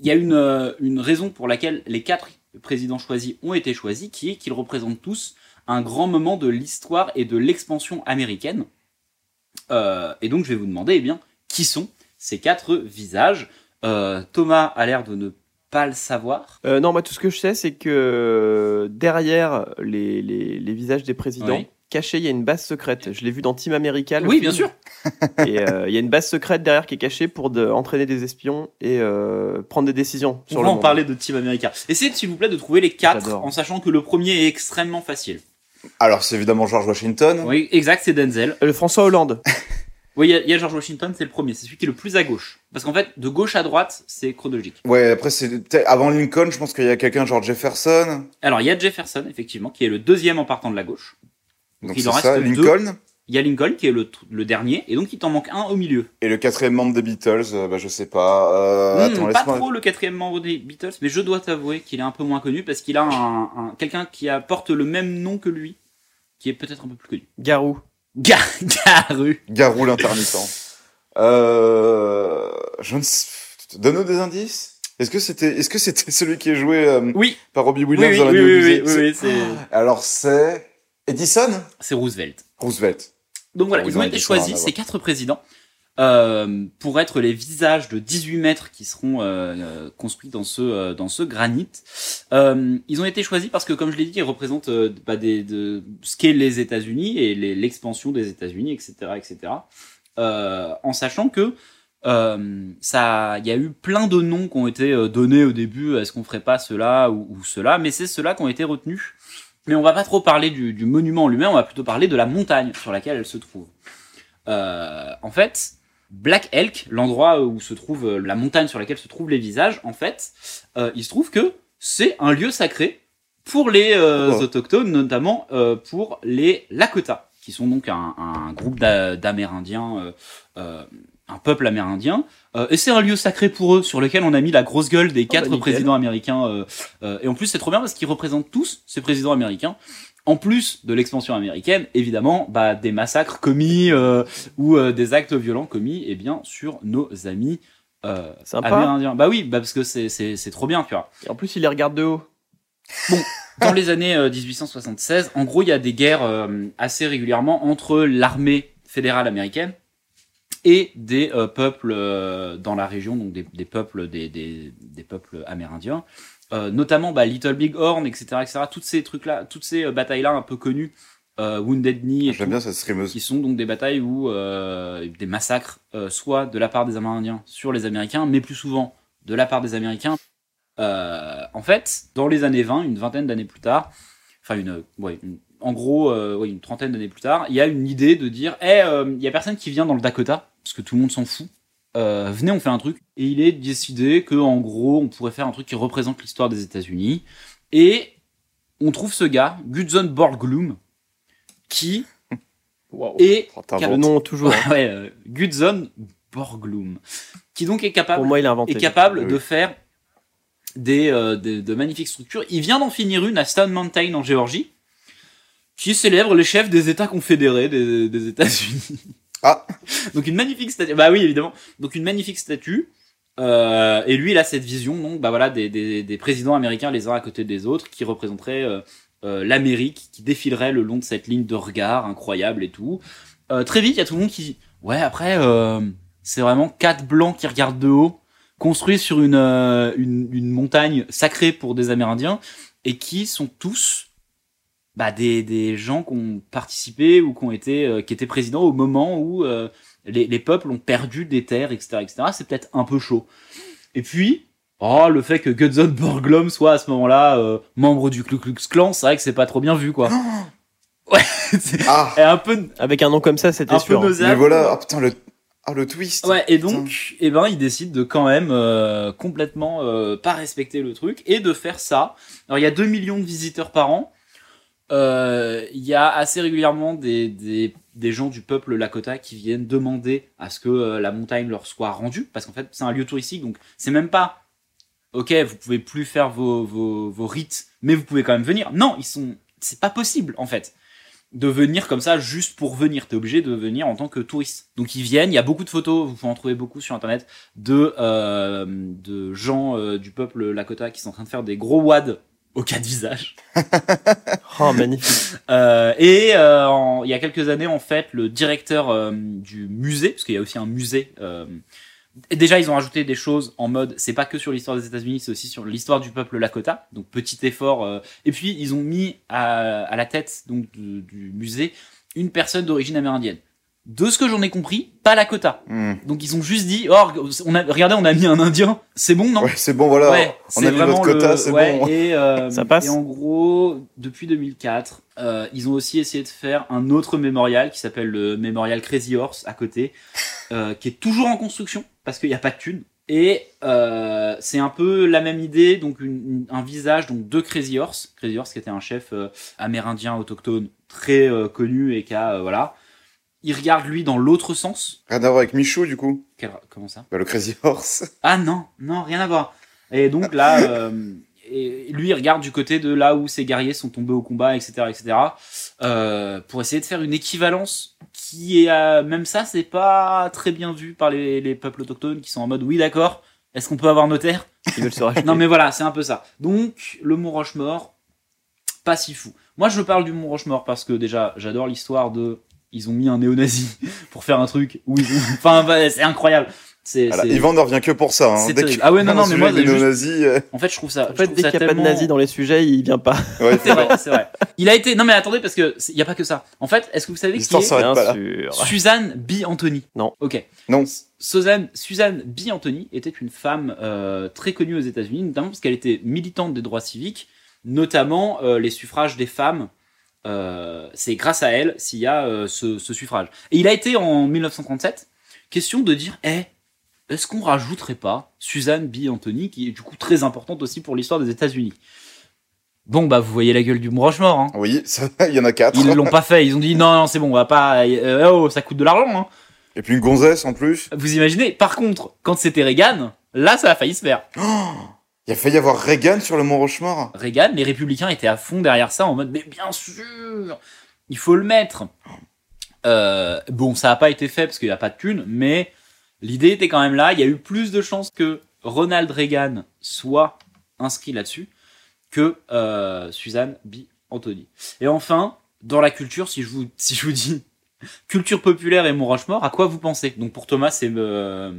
B: Il y a une, euh, une raison pour laquelle les quatre présidents choisis ont été choisis, qui est qu'ils représentent tous un grand moment de l'histoire et de l'expansion américaine. Euh, et donc, je vais vous demander, eh bien, qui sont ces quatre visages Euh, Thomas a l'air de ne pas le savoir.
D: Euh, non, moi, tout ce que je sais, c'est que derrière les, les, les visages des présidents,
B: Oui.
D: caché, il y a une base secrète. Je l'ai vu dans Team America. Ah, le
B: Oui,
D: film.
B: bien sûr.
D: Et euh, il y a une base secrète derrière qui est cachée pour de- entraîner des espions et euh, prendre des décisions sur
B: On
D: le
B: va en
D: monde.
B: parler de Team America. Essayez, s'il vous plaît, de trouver les quatre
D: J'adore.
B: en sachant que le premier est extrêmement facile.
E: Alors c'est évidemment George Washington.
B: Oui, exact, c'est Denzel.
D: Euh, François Hollande.
B: Oui, il y a- il y, a George Washington, c'est le premier. C'est celui qui est le plus à gauche. Parce qu'en fait, de gauche à droite, c'est chronologique.
E: Ouais, après c'est peut-être- avant Lincoln, je pense qu'il y a quelqu'un genre Jefferson.
B: Alors, il y a Jefferson, effectivement, qui est le deuxième en partant de la gauche.
E: Donc
B: il
E: c'est
B: en reste
E: ça,
B: deux.
E: Lincoln.
B: Il y a Lincoln, qui est le, tr- le dernier. Et donc, il t'en manque un au milieu.
E: Et le quatrième membre des Beatles, euh, bah je sais pas. Euh,
B: Hmm,
E: attends,
B: pas
E: laisse-moi-
B: trop le quatrième membre des Beatles, mais je dois t'avouer qu'il est un peu moins connu parce qu'il a un, un- quelqu'un qui porte le même nom que lui, qui est peut-être un peu plus connu.
D: Garou.
B: Gar- Garu. (laughs)
E: Garou l'intermittent. Euh, je ne sais- Donne-nous des indices. Est-ce que c'était, est-ce que c'était (laughs) celui qui est joué euh,
B: Oui.
E: par Robbie
B: Oui,
E: Williams
B: oui,
E: dans la
B: oui,
E: nuit
B: oui, oui,
E: au musée
B: oui,
E: C'est-
B: oui, c'est
E: Alors c'est Edison
B: c'est Roosevelt.
E: Roosevelt.
B: Donc voilà,
E: Ah oui,
B: ils ont
E: non,
B: été
E: ils sont là,
B: choisis,
E: là-bas.
B: ces quatre présidents, euh, pour être les visages de 18 mètres qui seront euh, euh, construits dans ce, euh, dans ce granit. Euh, ils ont été choisis parce que, comme je l'ai dit, ils représentent euh, bah, des, de, ce qu'est les États-Unis et les- l'expansion des États-Unis, etc., etc. Euh, en sachant que euh, ça, il y a eu plein de noms qui ont été euh, donnés au début. Est-ce qu'on ferait pas cela ou, ou cela Mais c'est ceux-là qui ont été retenus. Mais on va pas trop parler du, du monument en lui-même, on va plutôt parler de la montagne sur laquelle elle se trouve. Euh, en fait, Black Elk, l'endroit où se trouve euh, la montagne sur laquelle se trouvent les visages, en fait, euh, il se trouve que c'est un lieu sacré pour les euh,
E: Pourquoi
B: autochtones, notamment euh, pour les Lakota, qui sont donc un, un groupe d'A- d'Amérindiens, euh, euh, un peuple amérindien. Euh, et c'est un lieu sacré pour eux, sur lequel on a mis la grosse gueule des quatre
D: Oh, bah, nickel.
B: présidents américains. euh, euh, et en plus, c'est trop bien parce qu'ils représentent tous ces présidents américains. En plus de l'expansion américaine, évidemment, bah, des massacres commis euh, ou euh, des actes violents commis, eh bien, sur nos amis euh,
D: Sympa.
B: amérindiens. Bah oui, bah parce que c'est- c'est c'est trop bien, tu vois
D: Et en plus, il les regarde de haut.
B: dans les années euh, 1876, en gros, il y a des guerres euh, assez régulièrement entre l'armée fédérale américaine et des euh, peuples euh, dans la région, donc des, des peuples des, des, des peuples amérindiens, Euh, notamment bah, Little Big Horn, etc., etc. Toutes ces trucs-là, toutes ces euh, batailles-là un peu connues, euh, Wounded Knee, et
E: Ah, J'aime
B: tout,
E: bien cette streameuse.
B: qui sont donc des batailles où euh, des massacres, euh, soit de la part des Amérindiens sur les Américains, mais plus souvent de la part des Américains. Euh, en fait, dans les années 20, une vingtaine d'années plus tard, enfin une, ouais, une- en gros, euh, ouais, une trentaine d'années plus tard, il y a une idée de dire, eh, euh, il y a personne qui vient dans le Dakota parce que tout le monde s'en fout. Euh, venez, on fait un truc. Et il est décidé que, en gros, on pourrait faire un truc qui représente l'histoire des États-Unis. Et on trouve ce gars, Gudson Borglum,
D: (laughs)
B: qui est
E: Oh, t'as
D: Le
E: inventé.
D: nom, toujours.
B: (laughs)
D: hein.
B: ouais, euh, Gudson Borglum, qui donc est capable,
D: Pour moi, il a inventé.
B: Ah, est capable
E: Ah Oui.
B: de faire des, euh, des- de magnifiques structures. Il vient d'en finir une à Stone Mountain en Géorgie, qui célèbre les chefs des États confédérés des, des États-Unis.
E: (laughs) Ah.
B: (laughs) Donc une magnifique statue. Bah oui, évidemment. Donc une magnifique statue. Euh, et lui, il a cette vision, donc, bah voilà, des, des, des présidents américains les uns à côté des autres, qui représenteraient euh, euh, l'Amérique, qui défilerait le long de cette ligne de regard incroyable et tout. Euh, très vite, il y a tout le monde qui dit, ouais, après, euh, c'est vraiment quatre blancs qui regardent de haut, construits sur une, euh, une, une montagne sacrée pour des Amérindiens, et qui sont tous bah, des, des gens qui ont participé ou qui, ont été, euh, qui étaient présidents au moment où euh, les, les peuples ont perdu des terres, etc. etc. C'est peut-être un peu chaud. Et puis, oh, le fait que Gutzon Borglum soit à ce moment-là euh, membre du Ku Klux Klan, c'est vrai que c'est pas trop bien vu, quoi. Ouais, c'est
E: Ah,
B: et un peu,
D: Avec un nom comme ça, c'était
B: un peu
D: sûr. hein.
E: mais
B: nauséabond.
E: voilà. Ah putain le, ah le twist.
B: Ouais, et
E: Putain.
B: donc, eh ben, il décide de quand même euh, complètement euh, pas respecter le truc et de faire ça. Alors, il y a 2 millions de visiteurs par an. Euh, Il y a assez régulièrement des, des, des gens du peuple Lakota qui viennent demander à ce que euh, la montagne leur soit rendue, parce qu'en fait, c'est un lieu touristique, donc c'est même pas. Ok, vous pouvez plus faire vos, vos, vos rites, mais vous pouvez quand même venir. Non, ils sont. C'est pas possible en fait de venir comme ça juste pour venir. T'es obligé de venir en tant que touriste. Donc ils viennent, il y a beaucoup de photos, vous pouvez en trouver beaucoup sur internet, de, euh, de gens euh, du peuple Lakota qui sont en train de faire des gros wads au cas de visage.
D: Oh, magnifique.
B: Euh, et euh, en- il y a quelques années, en fait, le directeur euh, du musée, parce qu'il y a aussi un musée. euh, et déjà, ils ont ajouté des choses en mode, c'est pas que sur l'histoire des États-Unis, c'est aussi sur l'histoire du peuple Lakota. Donc petit effort. euh, et puis ils ont mis à, à la tête donc du, du musée une personne d'origine amérindienne. De ce que j'en ai compris, pas Lakota.
E: Hmm.
B: Donc ils ont juste dit, oh, on a, regardez, on a mis un Indien, c'est bon, non
E: Ouais, c'est bon voilà.
B: Ouais,
E: on
B: c'est
E: a vu
B: vraiment
E: notre quota,
B: le-
E: c'est
B: ouais,
E: bon.
B: Et, euh,
D: Ça passe.
B: et en gros, depuis 2004, euh, ils ont aussi essayé de faire un autre mémorial qui s'appelle le mémorial Crazy Horse à côté, euh, qui est toujours en construction parce qu'il n'y a pas de thune. Et euh, c'est un peu la même idée, donc une- une- un visage donc de Crazy Horse, Crazy Horse qui était un chef euh, amérindien autochtone très euh, connu et qui a euh, voilà, il regarde lui dans l'autre sens.
E: Rien à voir avec Michou du coup.
B: Quel- Comment ça
E: Bah, le Crazy Horse.
B: ah non, non, rien à voir. Et donc là, euh, et lui, il regarde du côté de là où ses guerriers sont tombés au combat, etc., etc., euh, pour essayer de faire une équivalence qui est, euh, même ça, c'est pas très bien vu par les, les peuples autochtones qui sont en mode, oui, d'accord, est-ce qu'on peut avoir nos terres
D: Ils veulent se racheter.
B: non mais voilà, c'est un peu ça. Donc le Mont Rochemort, pas si fou. Moi je parle du Mont Rochemort parce que déjà j'adore l'histoire de ils ont mis un néo-nazi (laughs) pour faire un truc où ils ont... enfin bah, c'est incroyable. C'est
E: Voilà.
B: c'est-
E: Yvan ne revient que pour ça. Hein.
B: c'est
E: Dès
B: terrible.
E: qu'il-
B: Ah ouais, non, non,
E: un
B: mais
E: sujet
B: moi,
E: avec les
B: juste-
E: néo-nazis, euh, (laughs)
B: en fait je trouve ça
D: En fait,
B: je trouve
D: dès
B: ça
D: qu'il n'y a pas de
B: tellement-
D: nazis dans les sujets, il vient pas.
B: (laughs)
E: ouais,
B: C'est vrai, c'est vrai. Il a été non mais attendez parce que c'est- il y a pas que ça. En fait, est-ce que vous savez qui
E: L'histoire
B: est
E: s'arrête pas là.
D: sûr.
B: Suzanne B. Anthony
D: Non.
B: OK.
E: Non.
B: Suzanne, Suzanne B. Anthony était une femme euh, très connue aux États-Unis, notamment parce qu'elle était militante des droits civiques, notamment euh, les suffrages des femmes. Euh, c'est grâce à elle s'il y a euh, ce, ce suffrage. Et il a été en 1937 question de dire Eh, est-ce qu'on rajouterait pas Suzanne B. Anthony, qui est du coup très importante aussi pour l'histoire des États-Unis Bon, bah vous voyez la gueule du Rochemort. Hein.
E: Oui, (laughs) ça- il y en a quatre.
B: Ils l'ont pas fait, ils ont dit non, non, c'est bon, on va pas. euh, oh, ça coûte de l'argent. Hein.
E: Et puis une gonzesse en plus.
B: Vous imaginez Par contre, quand c'était Reagan, là, ça a failli se faire.
E: Il a failli y avoir Reagan sur le Mont Rochemort.
B: Reagan, les républicains étaient à fond derrière ça en mode, mais bien sûr, il faut le mettre. Euh, bon, ça n'a pas été fait parce qu'il n'y a pas de thune, mais l'idée était quand même là. Il y a eu plus de chances que Ronald Reagan soit inscrit là-dessus que euh, Suzanne B. Anthony. Et enfin, dans la culture, si je vous, (laughs) si je vous dis culture populaire et Mont Rochemort, à quoi vous pensez Donc pour Thomas, c'est euh,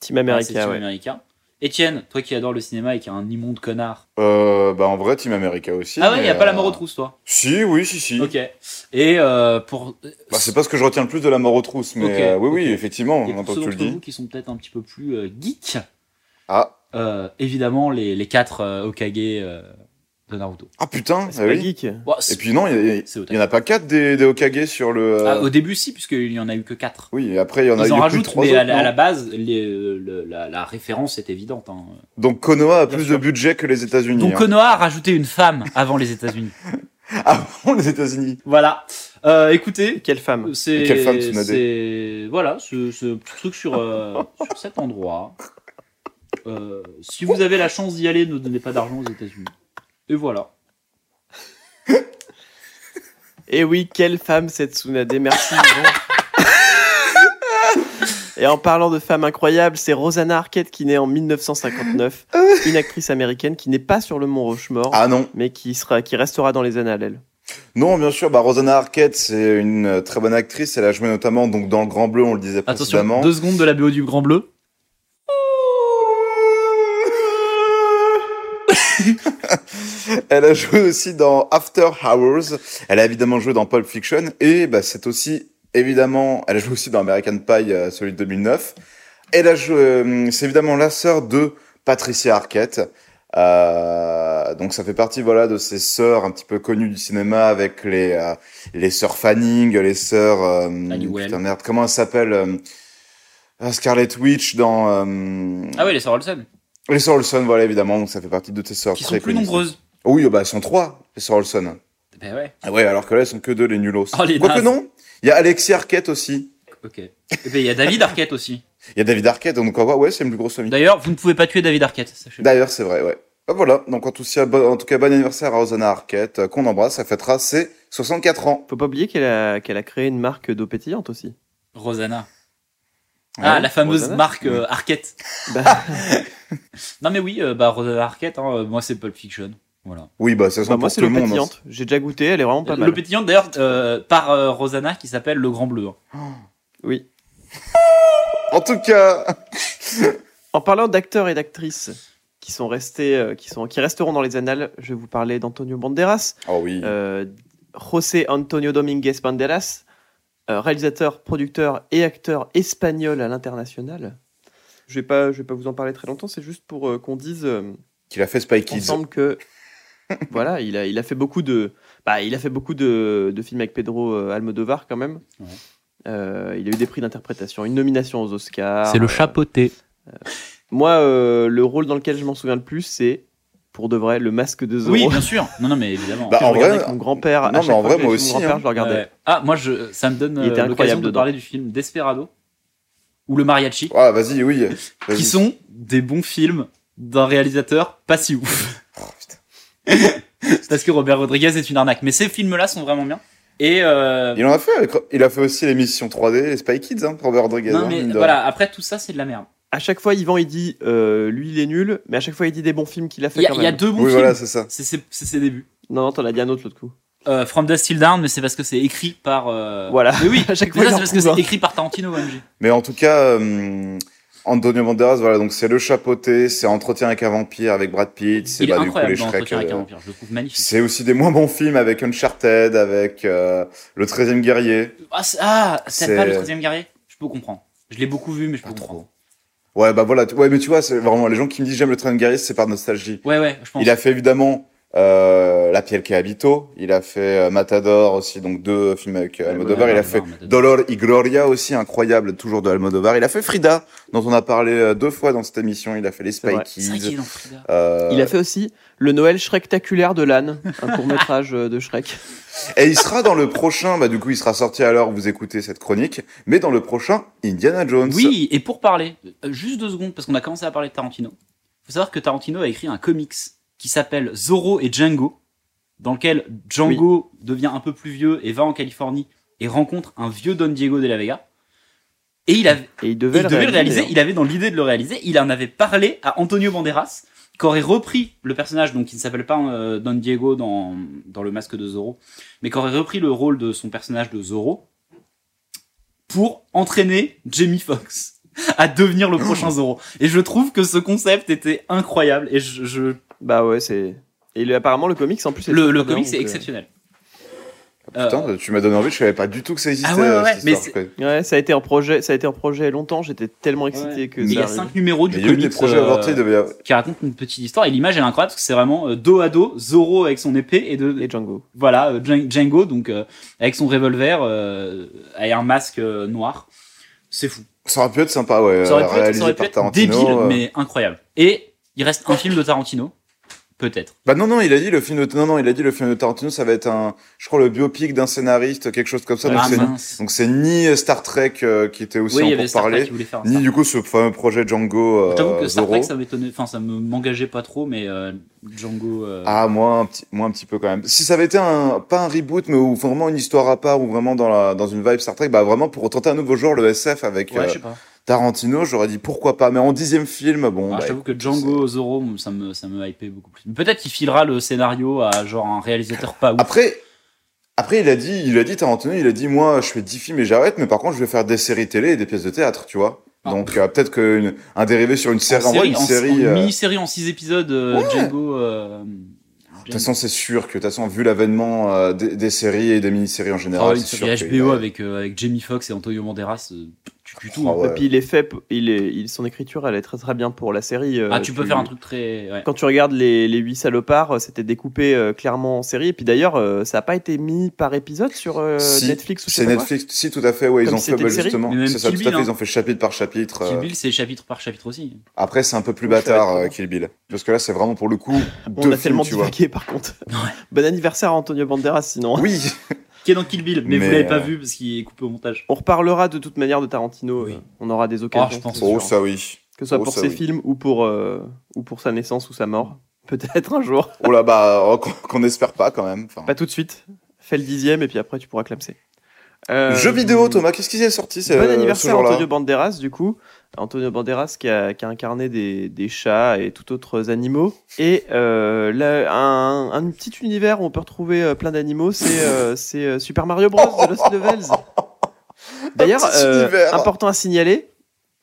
D: Team America,
B: Etienne
D: ouais.
B: Étienne, toi qui adore le cinéma et qui est un immonde connard.
E: Euh, bah en vrai, Team America aussi.
B: Ah ouais, il
E: mais,
B: a pas la
E: euh,
B: mort aux trousses, toi.
E: Si, oui, si, si.
B: Ok. Et euh, pour.
E: Bah, c'est pas ce que je retiens le plus de la mort aux trousses, mais
B: Ok,
E: euh, oui, oui,
B: ok.
E: effectivement,
B: et pour
E: maintenant que
B: ceux
E: tu le
B: d'entre vous
E: dis.
B: qui sont peut-être un petit peu plus euh, geeks,
E: Ah,
B: euh, évidemment les, les quatre euh, Okage euh, de Naruto.
E: ah putain,
D: C'est
E: ah
D: pas
E: oui.
D: geek.
B: Bon,
E: Et
B: c'est-
E: puis non, il y, a-
B: c'est au
E: il y en a pas quatre des, des Hokage sur le. euh,
B: Ah, au début, si, puisqu'il n'y en a eu que quatre.
E: Oui, et après il y en a,
B: Ils
E: il y
B: en
E: a plus de
B: rajoutent,
E: trois
B: mais
E: autres,
B: à, la, à
E: non
B: la base, les- euh, le- la, la référence est évidente. hein.
E: Donc Konoha a
B: Bien
E: plus
B: sûr.
E: de budget que les États-Unis.
B: Donc,
E: hein.
B: Konoha a rajouté une femme avant les États-Unis. (laughs)
E: Avant (laughs) les États-Unis.
B: voilà. Euh, écoutez,
D: Quelle femme
B: C'est
E: Et quelle femme, Tsunade
B: c'est- Voilà, ce, ce petit truc sur, euh, sur cet endroit. Euh, si vous avez la chance d'y aller, ne donnez pas d'argent aux États-Unis. Et voilà.
D: Et Eh oui, quelle femme cette Tsunade.
E: (laughs)
D: Merci. Yvan. Et en parlant de femme incroyable, c'est Rosanna Arquette qui naît en 1959, une actrice américaine qui n'est pas sur le Mont Rochemort,
E: Euh. Ah non,
D: mais qui sera, qui restera dans les annales. elle.
E: non, bien sûr. Bah Rosanna Arquette, c'est une euh, très bonne actrice. Elle a joué notamment donc dans Le Grand Bleu, on le disait
B: Attention,
E: précédemment.
B: deux secondes de la BO du Grand Bleu.
E: Elle a joué aussi dans After Hours. Elle a évidemment joué dans Pulp Fiction. Et bah, c'est aussi, évidemment, elle a joué aussi dans American Pie, euh, celui de 2009. Elle a joué, euh, c'est évidemment la sœur de Patricia Arquette. Euh, donc ça fait partie voilà de ces sœurs un petit peu connues du cinéma avec les euh, les sœurs Fanning, les sœurs euh,
B: Halliwell.
E: putain, merde comment elle s'appelle euh, euh, Scarlet Witch dans euh,
B: Ah oui, les sœurs Olsen,
E: les sœurs Olsen voilà évidemment donc ça fait partie de tes sœurs
B: qui
E: très
B: sont plus
E: connues.
B: nombreuses.
E: Ah Oui, bah, elles sont trois, les sœurs Olson.
B: Ben ouais,
E: Ah Ouais, alors que là, elles sont que deux, les nulos.
B: Oh, les
E: Quoique
B: nazes.
E: non, il y a Alexis Arquette aussi.
B: ok. Et ben, il y a David Arquette aussi.
E: Il y a David Arquette, donc on voit, ouais, c'est une plus grosse famille.
B: D'ailleurs, vous ne pouvez pas tuer David Arquette, sachez-le.
E: D'ailleurs, c'est vrai, ouais. Ah, voilà, donc en tout, cas, bon- en tout cas, bon anniversaire à Rosanna Arquette, euh, qu'on embrasse, ça fêtera ses 64 ans.
D: Faut pas oublier qu'elle a, qu'elle a créé une marque d'eau pétillante
E: (laughs)
D: aussi.
B: Rosanna. Ah,
E: Ouais,
B: la fameuse
D: Rosanna.
B: marque euh, Arquette.
D: Bah,
E: Ah,
B: Non mais oui, euh, bah, Rosanna Arquette, hein, euh, moi c'est Pulp Fiction. Voilà.
E: Oui, bah, ça sent
D: bah, moi,
E: pour
D: c'est
E: tout le
D: l'eau
E: monde. hein.
D: pétillante. J'ai déjà goûté, elle est vraiment pas
B: Le
D: mal.
B: pétillant d'ailleurs euh, par euh, Rosanna qui s'appelle Le Grand Bleu. hein.
D: Oui.
E: En tout
B: (laughs)
E: cas,
D: En parlant d'acteurs et d'actrices qui sont restés, euh, qui sont, qui resteront dans les annales, je vais vous parler d'Antonio Banderas,
E: oh oui,
D: Euh, José Antonio Domínguez Banderas, euh, réalisateur, producteur et acteur espagnol à l'international. Je vais pas, je vais pas vous en parler très longtemps. C'est juste pour euh, qu'on dise euh,
E: qu'il a fait Spy
D: qu'il
E: Kids.
D: semble
B: (laughs)
D: que voilà, il a, il a fait beaucoup de, bah, il a fait beaucoup de, de films avec Pedro euh, Almodovar quand même.
B: Ouais.
D: Euh, il a eu des prix d'interprétation, une nomination aux Oscars.
G: C'est le
D: Euh,
G: chapeauté.
D: moi, euh, le rôle dans lequel je m'en souviens le plus, c'est pour de vrai le masque de Zorro.
B: Oui, bien sûr. Non, non, mais évidemment.
E: Bah,
D: que
E: en
D: je regardais
E: vrai-
D: avec mon grand-père. à
E: Non, mais
D: chaque
E: en
D: fois
E: vrai,
D: que j'allais
E: moi
D: chez
E: aussi,
D: Mon grand-père,
E: hein.
D: je le regardais.
B: Ouais. Ah, moi, je, ça me donne
D: Il était
B: euh, l'occasion
D: incroyable
B: de
D: dedans.
B: parler du film Desperado ou Le Mariachi,
D: Oh,
E: Ah, vas-y, oui. vas-y. Oh,
B: qui sont des bons films d'un réalisateur pas si ouf. (laughs) C'est parce que Robert Rodriguez est une arnaque. Mais ces films-là sont vraiment bien. Et euh,
E: Il en a fait. avec- Il a fait aussi l'émission 3D, les Spy Kids, hein, Robert Rodriguez.
B: non
E: hein,
B: mais
E: mine de rien.
B: voilà, après tout ça, c'est de la merde.
D: À chaque fois, Yvan, il dit, euh, lui, il est nul, mais à chaque fois, il dit des bons films qu'il a fait
B: Il y, a-
D: quand
B: il y a
D: même.
B: deux bons
E: Oui,
B: films.
E: voilà, c'est ça.
B: C'est c'est- c'est ses débuts.
D: Non, non, t'en as dit un autre l'autre coup.
B: Euh, From Dust Till Down, mais c'est parce que c'est écrit par. euh,
D: Voilà.
B: Mais oui.
D: (laughs) À chaque
B: Mais ça,
D: fois, il
B: c'est
D: en
B: parce que
D: trouve un.
B: c'est écrit par Tarantino, OMG.
E: Mais en tout cas, hum, Antonio Banderas, voilà, donc c'est le chapeauté, c'est Entretien avec un vampire avec Brad Pitt, c'est
B: Il est
E: bah, du coup les
B: incroyable dans
E: Shrek.
B: Entretien avec un
E: euh,
B: vampire. Je le trouve magnifique.
E: C'est aussi des moins bons films avec Uncharted, avec euh, Le 13 e guerrier.
B: Ah, c'est- ah
E: C'est-
B: t'aimes pas le troisième guerrier Je peux comprendre. Je l'ai beaucoup vu, mais je peux comprendre.
E: Ouais, bah voilà, tu- ouais, mais tu vois, c'est vraiment les gens qui me disent j'aime Le 13 e guerrier, c'est par nostalgie.
B: Ouais, ouais, je pense.
E: Il a fait évidemment euh, La Piel que habito, il a fait euh, Matador aussi, donc deux films avec euh,
D: Ouais,
E: Almodovar,
B: ouais,
E: il a
B: Almodovar,
E: fait
B: Matador.
E: Dolor y Gloria aussi, incroyable, toujours de Almodovar. Il a fait Frida, dont on a parlé euh, deux fois dans cette émission, il a fait Les Spy
D: vrai.
B: C'est vrai qu'il est
E: Kids.
B: dans Frida.
E: euh,
D: Il a fait aussi le Noël Shrektaculaire de l'âne, un court métrage de Shrek.
E: Et il sera dans le prochain, bah du coup il sera sorti à l'heure où vous écoutez cette chronique, mais dans le prochain Indiana Jones.
B: Oui, et pour parler, euh, juste deux secondes, parce qu'on a commencé à parler de Tarantino. Il faut savoir que Tarantino a écrit un comics qui s'appelle Zorro et Django, dans lequel Django devient un peu plus vieux et va en Californie et rencontre un vieux Don Diego de la Vega. Et il, avait,
D: Et il
B: il
D: devait,
B: devait le réaliser, il avait dans l'idée de le réaliser, il en avait parlé à Antonio Banderas, qui aurait repris le personnage, donc qui ne s'appelle pas euh, Don Diego dans, dans le masque de Zorro, mais qui aurait repris le rôle de son personnage de Zorro pour entraîner Jamie Foxx à devenir le prochain Zorro. Et je trouve que ce concept était incroyable et je, je-
D: Bah ouais, c'est. Et le- apparemment, le comics en plus. est
B: le,
D: très
B: le
D: bien,
B: comics est
D: donc, euh,
B: exceptionnel.
E: Ah, Putain, tu m'as donné envie, je savais pas du tout que ça existait.
B: Ah ouais, ouais,
E: euh, cette
B: ouais, mais
E: histoire,
B: c'est-
E: quoi.
D: Ouais, ça a été en projet, ça a été en projet longtemps. J'étais tellement excité
B: Ouais.
D: que.
B: Euh, Mais il y a
D: ça arrive.
B: cinq numéros
E: Mais
B: du
E: il y a eu
B: comics
E: des projets
B: euh,
E: avortés, il devait y avoir-
B: qui racontent une petite histoire et l'image elle est incroyable parce que c'est vraiment euh, dos à dos Zorro avec son épée et, de,
D: Et Django.
B: voilà euh, Djan- Django donc euh, avec son revolver euh, et un masque euh, noir c'est fou
E: Ça aurait pu être sympa, ouais.
B: ça aurait pu être,
E: Euh, réalisé
B: ça aurait pu
E: par
B: être
E: Tarantino,
B: débile
E: euh.
B: mais incroyable et il reste un film de Tarantino peut-être
E: Bah non, non, il a dit le film de... Non, non, il a dit le film de Tarantino, ça va être un... Je crois le biopic d'un scénariste, quelque chose comme ça. donc
B: ah
E: c'est-
B: mince
E: donc c'est ni Star Trek euh, qui était aussi
B: oui il y
E: en
B: avait Star Trek
E: pourparlers,
B: qui voulait faire un
E: ni
B: Star
E: du coup ce fameux projet Django
B: Trek.
E: euh,
B: j'avoue que Star
E: Zorro.
B: Trek ça m'étonnait enfin ça me- m'engageait pas trop mais euh, Django euh,
E: Ah, moi un, petit, moi, un petit peu quand même. Si ça avait été un, pas un reboot, mais où, vraiment une histoire à part, ou vraiment dans, la, dans une vibe Star Trek, bah vraiment pour tenter un nouveau genre, le SF avec
B: ouais
E: euh,
B: je sais pas
E: Tarantino, j'aurais dit pourquoi pas. Mais en dixième film, bon.
B: Ah,
E: bah,
B: je t'avoue que Django Zorro ça me ça me hypait beaucoup plus peut-être qu'il filera le scénario à genre un réalisateur pas ouf
E: Après, après il a dit, il a dit Tarantino, il a dit moi je fais 10 films et j'arrête, mais par contre je vais faire des séries télé et des pièces de théâtre, tu vois.
B: Ah.
E: Donc euh, peut-être qu'un dérivé sur une série, en vrai, une
B: en-
E: série.
B: en
E: euh,
B: mini-série en 6 épisodes euh, Django. euh,
E: de toute façon, c'est sûr que, de toute façon, vu l'avènement euh, des, des séries et des mini-séries en
B: Ah,
E: général,
B: une
E: c'est sûr
B: série
E: qu'il
B: HBO
E: a-
B: avec, euh, avec Jamie Foxx et Antonio Banderas, euh, tu tues tout.
E: Ah
B: hein.
E: ouais.
D: Et puis il est fait, p- il est, il- son écriture, elle est très très bien pour la série. euh,
B: Ah, tu peux faire un truc très. ouais.
D: Quand tu regardes les, les 8 salopards, euh, c'était découpé euh, clairement en série. Et puis d'ailleurs, euh, ça n'a pas été mis par épisode sur euh,
E: Si,
D: Netflix ou je sais
E: C'est
D: pas quoi.
E: Netflix, si tout à fait, ouais, ils
D: Comme
E: ont fait
D: si c'était
E: bah,
D: une série.
E: justement,
B: Mais même
E: c'est ça,
B: Kill
E: tout à fait,
B: Bill, hein.
E: ils ont fait chapitre par chapitre.
B: Kill
E: euh,
B: Bill, c'est chapitre par chapitre aussi.
E: Après, c'est un peu plus
D: Oui, je
E: bâtard,
D: savais
E: euh,
D: pas.
E: Kill Bill, parce que là, c'est vraiment pour le coup
D: On
E: deux
D: a
E: films,
D: tellement
E: tu vois.
D: divagué par contre.
B: (laughs) Ouais.
D: Bon anniversaire à Antonio Banderas sinon. hein. (laughs)
E: Oui,
B: Qui est dans Kill Bill, mais,
E: Mais,
B: vous l'avez pas
E: euh,
B: vu parce qu'il est coupé au montage.
D: On reparlera de toute manière de Tarantino.
B: Oui.
D: euh, On aura des occasions.
B: je pense.
D: c'est
E: oh
D: sûr.
E: ça oui.
D: Que ce soit
E: oh,
D: pour
E: ça,
D: ses
E: oui.
D: films ou pour, euh, ou pour sa naissance ou sa mort. Peut-être un jour.
E: Oh là bah, oh, qu'on- qu'on espère pas quand même. Enfin,
D: Pas tout de suite. Fais le dixième et puis après tu pourras clamser. Euh,
E: Jeu vidéo, Thomas, qu'est-ce qui est sorti c'est,
D: Bon
E: euh, ce
D: anniversaire à
E: jour-là
D: Antonio Banderas, du coup. Antonio Banderas qui a, qui a incarné des, des chats et tout autres animaux. Et euh, là, un, un petit univers où on peut retrouver euh, plein d'animaux, c'est euh, c'est, euh, Super Mario Bros.
E: (laughs)
D: de Lost Levels. D'ailleurs,
E: Un petit
D: euh,
E: univers.
D: important à signaler,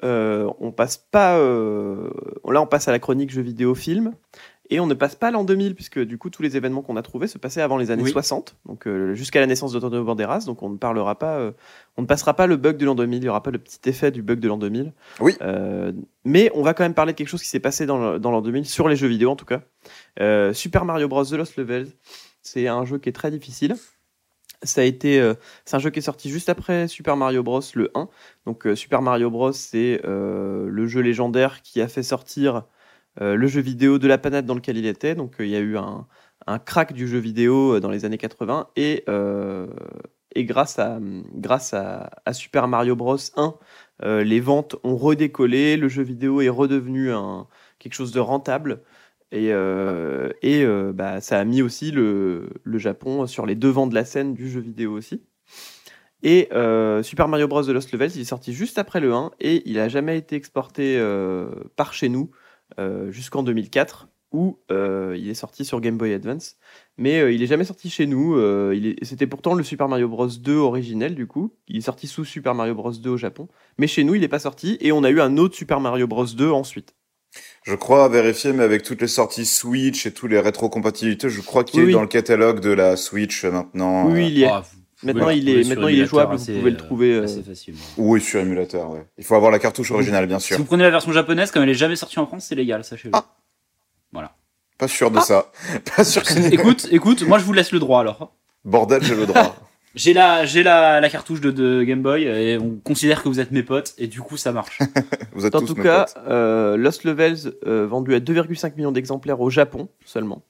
D: euh, on passe pas. euh, là, on passe à la chronique jeux vidéo film. Et on ne passe pas l'an 2000, puisque du coup, tous les événements qu'on a trouvés se passaient avant les années
B: Oui.
D: 60, donc euh, jusqu'à la naissance d'Antonio Banderas. Donc on ne parlera pas, euh, on ne passera pas le bug de l'an 2000, il n'y aura pas le petit effet du bug de l'an 2000.
E: Oui.
D: Euh, mais on va quand même parler de quelque chose qui s'est passé dans le- dans l'an 2000, sur les jeux vidéo en tout cas. Euh, Super Mario Bros. The Lost Levels, c'est un jeu qui est très difficile. Ça a été, euh, c'est un jeu qui est sorti juste après Super Mario Bros. le 1. Donc euh, Super Mario Bros. c'est euh, le jeu légendaire qui a fait sortir euh, le jeu vidéo de la panade dans lequel il était. Donc euh, il y a eu un, un crack du jeu vidéo euh, dans les années 80 et euh, et grâce à grâce à, à Super Mario Bros 1, euh, les ventes ont redécollé, le jeu vidéo est redevenu un quelque chose de rentable Et, euh, et euh, bah, ça a mis aussi le, le Japon sur les devants de la scène du jeu vidéo aussi. Et euh, Super Mario Bros. The Lost Levels, il est sorti juste après le 1 et il a jamais été exporté euh, par chez nous euh, jusqu'en 2004 où euh, il est sorti sur Game Boy Advance. Mais euh, il est jamais sorti chez nous. euh, il est- C'était pourtant le Super Mario Bros. 2 originel du coup. Il est sorti sous Super Mario Bros. 2 au Japon. Mais chez nous, il n'est pas sorti et on a eu un autre Super Mario Bros. 2 ensuite.
E: Je crois à vérifier, mais avec toutes les sorties Switch et tous les rétrocompatibilités, je crois qu'il
D: Oui,
E: est
D: oui.
E: dans le catalogue de la Switch euh, maintenant.
D: oui,
E: euh,
D: il y est.
B: Ah, vous pouvez
D: Maintenant,
B: le
D: il est-
B: trouver sur
D: maintenant, il est jouable,
B: émulateur
D: vous pouvez le trouver, euh,
B: assez facilement.
E: Oui, sur émulateur, ouais. Il faut avoir la cartouche originale, bien
B: Si
E: sûr.
B: vous prenez la version japonaise, comme elle est jamais sortie en France, c'est légal, sachez-le.
E: Ah. Pas sûr
D: Ah.
E: de ça. (laughs) Pas sûr
D: (laughs)
E: que...
B: (laughs) écoute, écoute, moi je vous laisse le droit alors.
E: Bordel, j'ai le droit.
B: J'ai la, j'ai la, la cartouche de, de Game Boy et on considère que vous êtes mes potes et du coup ça marche.
E: Vous êtes
D: En
E: tous
D: tout
E: mes
D: cas,
E: potes.
D: euh, Lost Levels euh, vendu à 2,5 millions d'exemplaires au Japon seulement.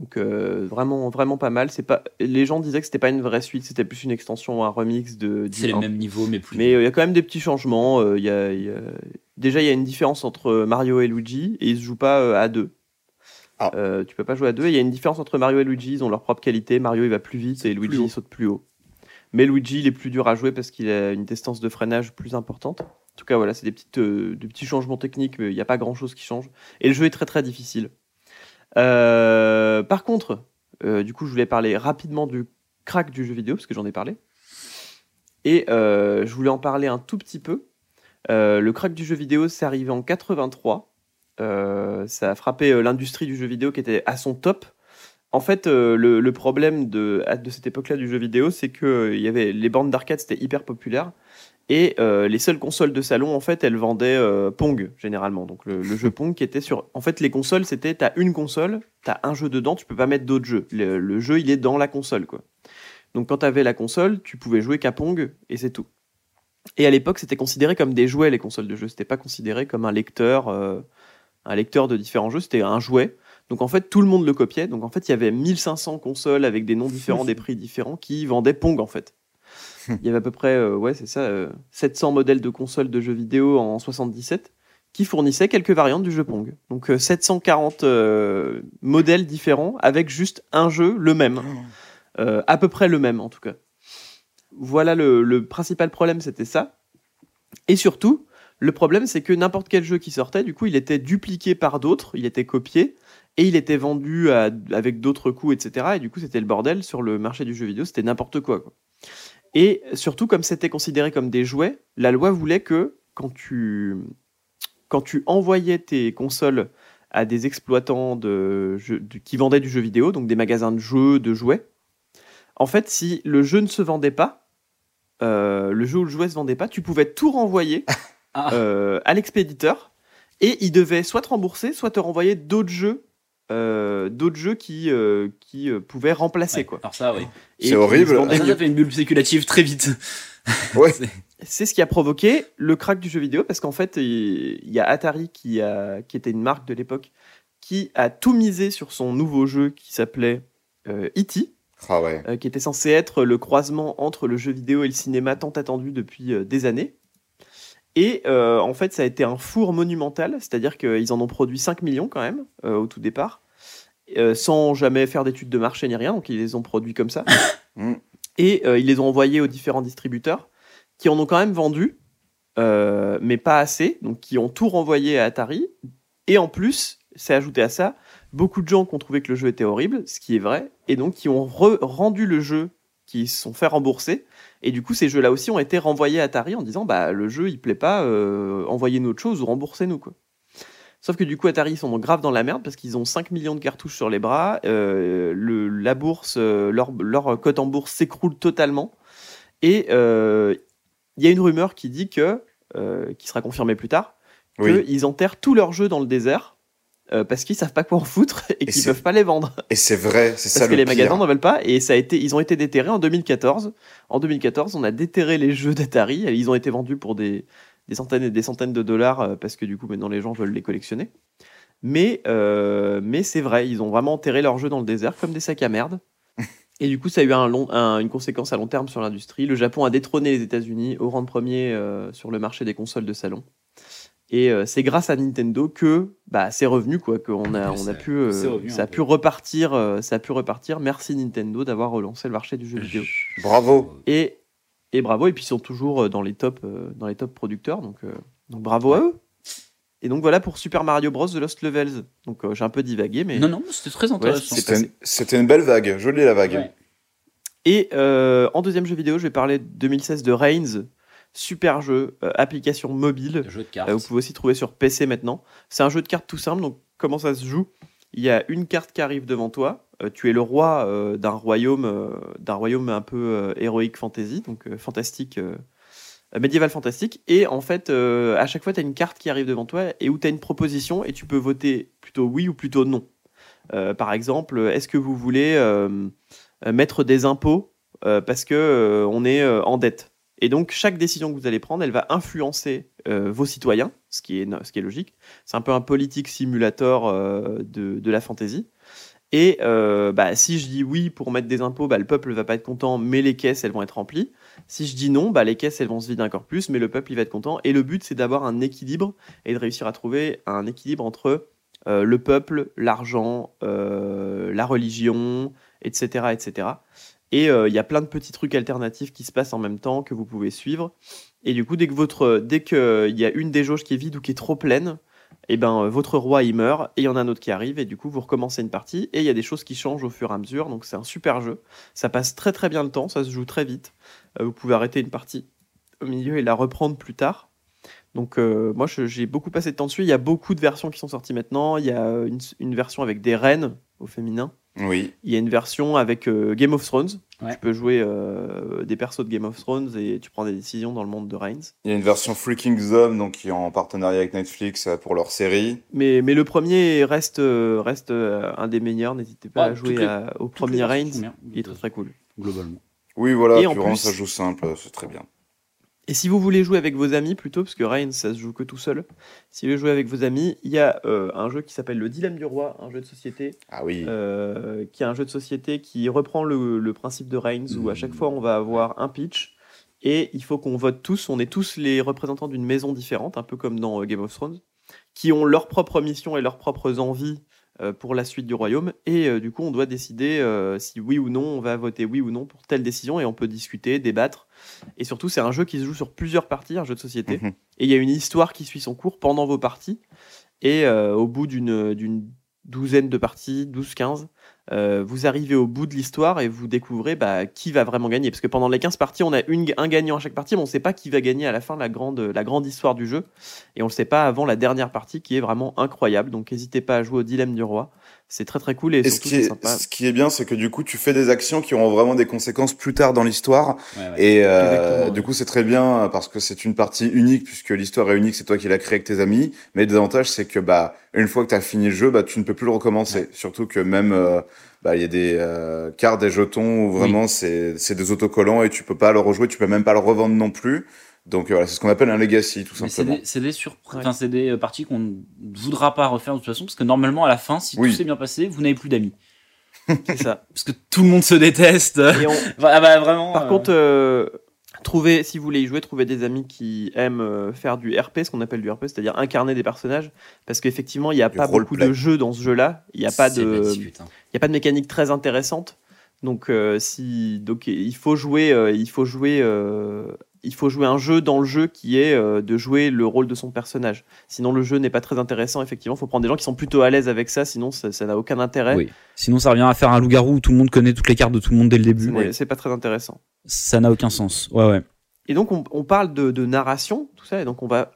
D: Donc euh, vraiment, vraiment pas mal. C'est pas. Les gens disaient que c'était pas une vraie suite, c'était plus une extension, un remix de. du
B: C'est les
D: un.
B: mêmes niveaux mais plus.
D: Mais euh, il y a quand même des petits changements. euh, il y a- il y a- Déjà, il y a une différence entre euh, Mario et Luigi et ils se jouent pas euh, à deux.
E: Ah.
D: Euh, tu peux pas jouer à deux. Il y a une différence entre Mario et Luigi. Ils ont leur propre qualité. Mario il va plus vite et Luigi
B: haut.
D: il saute plus haut. Mais Luigi il est plus dur à jouer parce qu'il a une distance de freinage plus importante. En tout cas, voilà, c'est des, petites, euh, des petits changements techniques, mais il n'y a pas grand chose qui change. Et le jeu est très très difficile. Euh, par contre, euh, du coup, je voulais parler rapidement du crack du jeu vidéo, parce que j'en ai parlé. Et euh, je voulais en parler un tout petit peu. Euh, le crack du jeu vidéo, c'est arrivé en 83. Euh, ça a frappé euh, l'industrie du jeu vidéo qui était à son top. En fait, euh, le, le problème de, à- de cette époque-là du jeu vidéo, c'est que euh, il y avait les bandes d'arcade, c'était hyper populaire. Et euh, les seules consoles de salon, en fait, elles vendaient euh, Pong, généralement. Donc le, le jeu Pong qui était sur... En fait, les consoles, c'était, t'as une console, t'as un jeu dedans, tu peux pas mettre d'autres jeux. Le, le jeu, il est dans la console, quoi. Donc quand t'avais la console, tu pouvais jouer qu'à Pong, et c'est tout. Et à l'époque, c'était considéré comme des jouets, les consoles de jeux. C'était pas considéré comme un lecteur, euh, un lecteur de différents jeux, c'était un jouet. Donc en fait, tout le monde le copiait. Donc en fait, il y avait 1500 consoles avec des noms différents, des prix différents, qui vendaient Pong, en fait. Il y avait à peu près, euh, ouais, c'est ça, euh, 700 modèles de consoles de jeux vidéo en 77 qui fournissaient quelques variantes du jeu Pong. Donc euh, 740 euh, modèles différents avec juste un jeu le même. Euh, à peu près le même en tout cas. Voilà le, le principal problème, c'était ça. Et surtout, le problème, c'est que n'importe quel jeu qui sortait, du coup, il était dupliqué par d'autres, il était copié, et il était vendu à- avec d'autres coûts, etc. Et du coup, c'était le bordel sur le marché du jeu vidéo, c'était n'importe quoi, quoi. Et surtout, comme c'était considéré comme des jouets, la loi voulait que quand tu, quand tu envoyais tes consoles à des exploitants de jeux- de- qui vendaient du jeu vidéo, donc des magasins de jeux, de jouets, en fait, si le jeu ne se vendait pas, euh, le jeu ou le jouet se vendait pas, tu pouvais tout renvoyer
B: (laughs) Ah.
D: euh, à l'expéditeur et il devait soit te rembourser, soit te renvoyer d'autres jeux, euh, d'autres jeux qui euh, qui euh, pouvaient remplacer
B: Ouais,
D: quoi.
B: Alors ça, oui.
D: Et
E: C'est
D: qui
E: horrible.
D: se
B: Ah,
D: vendaient
B: (laughs) ça,
D: mieux.
B: ça fait une bulle spéculative très vite.
E: Ouais.
B: C'est-
D: (laughs) C'est ce qui a provoqué le crack du jeu vidéo parce qu'en fait, il il y a Atari qui, a, qui était une marque de l'époque qui a tout misé sur son nouveau jeu qui s'appelait euh, E.T
E: Ah ouais.
D: euh, qui était censé être le croisement entre le jeu vidéo et le cinéma tant attendu depuis euh, des années. Et euh, en fait, ça a été un four monumental, c'est-à-dire qu'ils en ont produit 5 millions quand même euh, au tout départ, euh, sans jamais faire d'études de marché ni rien, donc ils les ont produits comme ça.
E: (laughs) Mm.
D: et euh, ils les ont envoyés aux différents distributeurs, qui en ont quand même vendu, euh, mais pas assez, donc qui ont tout renvoyé à Atari. Et en plus, c'est ajouté à ça, beaucoup de gens qui ont trouvé que le jeu était horrible, ce qui est vrai, et donc qui ont re- rendu le jeu, qui se sont fait rembourser. Et du coup, ces jeux-là aussi ont été renvoyés à Atari en disant bah le jeu il plaît pas, euh, envoyez-nous autre chose ou remboursez-nous quoi. Sauf que du coup, Atari ils sont grave dans la merde parce qu'ils ont 5 millions de cartouches sur les bras, euh, le, la bourse, euh, leur, leur cote en bourse s'écroule totalement. Et euh, il y a une rumeur qui dit que, euh, qui sera confirmée plus tard,
E: Oui.
D: qu'ils enterrent tous leurs jeux dans le désert euh, parce qu'ils savent pas quoi en foutre (laughs) et qu'ils
E: c'est
D: peuvent pas les vendre
E: Et c'est vrai, c'est ça
D: parce que
E: le
D: les
E: pire.
D: magasins n'en veulent pas et ça a été ils ont été déterrés en 2014. En 2014, on a déterré les jeux d'Atari, ils ont été vendus pour des, des centaines et des centaines de dollars euh, parce que du coup maintenant les gens veulent les collectionner. Mais euh, mais c'est vrai, ils ont vraiment enterré leurs jeux dans le désert comme des sacs
E: (laughs)
D: à merde. Et du coup, ça a eu un long, un- une conséquence à long terme sur l'industrie. Le Japon a détrôné les États-Unis au rang de premier euh, sur le marché des consoles de salon. Et euh, c'est grâce à Nintendo que bah, c'est revenu, quoi, qu'on a,
B: Ouais,
D: on
B: ça-
D: a pu, euh,
B: c'est revenu
D: ça
B: un
D: a
B: peu.
D: pu repartir, euh, ça a pu repartir. Merci Nintendo d'avoir relancé le marché du
B: (laughs)
D: jeu vidéo.
E: Bravo.
D: Et, et bravo, et puis ils sont toujours euh, dans les top, euh, dans les top producteurs, donc, euh, donc bravo à eux. Et donc voilà pour Super Mario Bros. The Lost Levels. Donc euh, j'ai un peu divagué, mais.
B: Non, non, c'était très intéressant.
D: c'est
E: C'était une- C'était une belle vague. Jolie la vague.
B: Ouais.
D: Et euh, en deuxième jeu vidéo, je vais parler de 2016 de Reigns. Super jeu, euh, application mobile.
B: Le jeu de cartes.
D: Euh, vous pouvez aussi trouver sur PC maintenant. C'est un jeu de cartes tout simple, donc comment ça se joue Il y a une carte qui arrive devant toi. Euh, tu es le roi euh, d'un royaume, euh, d'un royaume un peu euh, héroïque fantasy, donc euh, fantastique, euh, euh, médiéval fantastique. Et en fait, euh, à chaque fois, tu as une carte qui arrive devant toi et où tu as une proposition et tu peux voter plutôt oui ou plutôt non. Euh, par exemple, est-ce que vous voulez euh, euh, mettre des impôts euh, parce que euh, on est euh, en dette et donc, chaque décision que vous allez prendre, elle va influencer euh, vos citoyens, ce qui est, no- ce qui est logique. C'est un peu un politique simulator euh, de, de la fantaisie. Et euh, bah, si je dis oui pour mettre des impôts, bah, le peuple va pas être content, mais les caisses, elles vont être remplies. Si je dis non, bah, les caisses, elles vont se vider encore plus, mais le peuple, il va être content. Et le but, c'est d'avoir un équilibre et de réussir à trouver un équilibre entre euh, le peuple, l'argent, euh, la religion, etc. etc. Et euh, il y a plein de petits trucs alternatifs qui se passent en même temps que vous pouvez suivre. Et du coup, dès que votre, dès que euh, il y a une des jauges qui est vide ou qui est trop pleine, et ben euh, votre roi il meurt et il y en a un autre qui arrive et du coup vous recommencez une partie et il y a des choses qui changent au fur et à mesure. Donc c'est un super jeu. Ça passe très très bien le temps, ça se joue très vite. Euh, vous pouvez arrêter une partie au milieu et la reprendre plus tard. Donc euh, moi je- j'ai beaucoup passé de temps dessus. Il y a beaucoup de versions qui sont sorties maintenant. Il y a euh, une, une version avec des reines au féminin.
E: Oui.
D: Il y a une version avec euh, Game of Thrones. où
B: Ouais.
D: Tu peux jouer euh, des persos de Game of Thrones et tu prends des décisions dans le monde de Reigns.
E: Il y a une version Free Kingdom, donc qui est en partenariat avec Netflix euh, pour leur série.
D: Mais, mais le premier reste, euh, reste euh, un des meilleurs. N'hésitez pas
B: Ah,
D: à jouer
B: toutes les-
D: à- au
B: Toutes les
D: premier
B: versions
D: Reigns.
B: sont bien,
D: Il est très très cool.
B: Globalement.
E: Oui, voilà.
D: Et
E: puis
D: en
E: vraiment,
D: plus-
E: ça joue simple. euh, C'est très bien.
D: Et si vous voulez jouer avec vos amis plutôt, parce que Reigns ça se joue que tout seul, si vous voulez jouer avec vos amis, il y a euh, un jeu qui s'appelle Le Dilemme du Roi, un jeu de société
E: Ah oui.
D: euh, qui est un jeu de société qui reprend le, le principe de Reigns où à chaque fois on va avoir un pitch et il faut qu'on vote tous, on est tous les représentants d'une maison différente, un peu comme dans euh, Game of Thrones, qui ont leur propre mission et leurs propres envies euh, pour la suite du royaume et euh, du coup on doit décider euh, si oui ou non on va voter oui ou non pour telle décision et on peut discuter, débattre et surtout c'est un jeu qui se joue sur plusieurs parties, un jeu de société
E: Mhm.
D: et il y a une histoire qui suit son cours pendant vos parties et euh, au bout d'une d'une douzaine de parties, 12-15, euh, vous arrivez au bout de l'histoire et vous découvrez bah, qui va vraiment gagner. Parce que pendant les 15 parties, on a une, un gagnant à chaque partie, mais on ne sait pas qui va gagner à la fin la grande, la grande histoire du jeu. Et on ne le sait pas avant la dernière partie qui est vraiment incroyable. Donc n'hésitez pas à jouer au Dilemme du Roi. C'est très très cool et,
E: Et ce qui,
D: surtout c'est
E: est,
D: sympa.
E: ce qui est bien, c'est que du coup, tu fais des actions qui auront vraiment des conséquences plus tard dans l'histoire.
B: Ouais, ouais.
E: Et euh,
D: Exactement, ouais.
E: du coup, c'est très bien euh, parce que c'est une partie unique puisque l'histoire est unique, c'est toi qui l'as créée avec tes amis. Mais le désavantage, c'est que bah une fois que t'as fini le jeu, bah tu ne peux plus le recommencer. Surtout que même euh, bah il y a des euh, cartes, des jetons où vraiment c'est c'est des autocollants et tu peux pas le rejouer, tu peux même pas le revendre non plus. Donc euh, voilà, c'est ce qu'on appelle un legacy tout
B: Mais c'est
E: simplement.
B: des, c'est des surprises,
D: Ouais.
B: enfin, c'est des euh, parties qu'on ne voudra pas refaire de toute façon, parce que normalement, à la fin, si
E: Oui.
B: tout s'est bien passé, vous n'avez plus d'amis.
D: C'est ça.
B: Parce que tout le monde se déteste.
D: Et on-
B: Ah (laughs) bah, vraiment.
D: Par
B: euh,
D: contre, euh, trouvez, si vous voulez y jouer, trouvez des amis qui aiment euh, faire du RP, ce qu'on appelle du RP, c'est-à-dire incarner des personnages, parce qu'effectivement, il n'y a
E: Du
D: pas beaucoup
E: roleplay.
D: de jeux dans ce jeu-là. Il n'y a pas
B: c'est
D: de.
B: la dispute, hein.
D: il y a pas de mécanique très intéressante. Donc, euh, si, donc il faut jouer, euh, il faut jouer, euh, il faut jouer un jeu dans le jeu qui est euh, de jouer le rôle de son personnage. Sinon, le jeu n'est pas très intéressant. Effectivement, il faut prendre des gens qui sont plutôt à l'aise avec ça. Sinon, ça ça n'a aucun intérêt.
G: Oui. Sinon, ça revient à faire un loup-garou où tout le monde connaît toutes les cartes de tout le monde dès le
D: Ce
G: début.
D: n'est- C'est pas très intéressant.
G: Ça n'a aucun sens. Ouais, ouais.
D: Et donc, on, on parle de, de narration, tout ça, et donc on va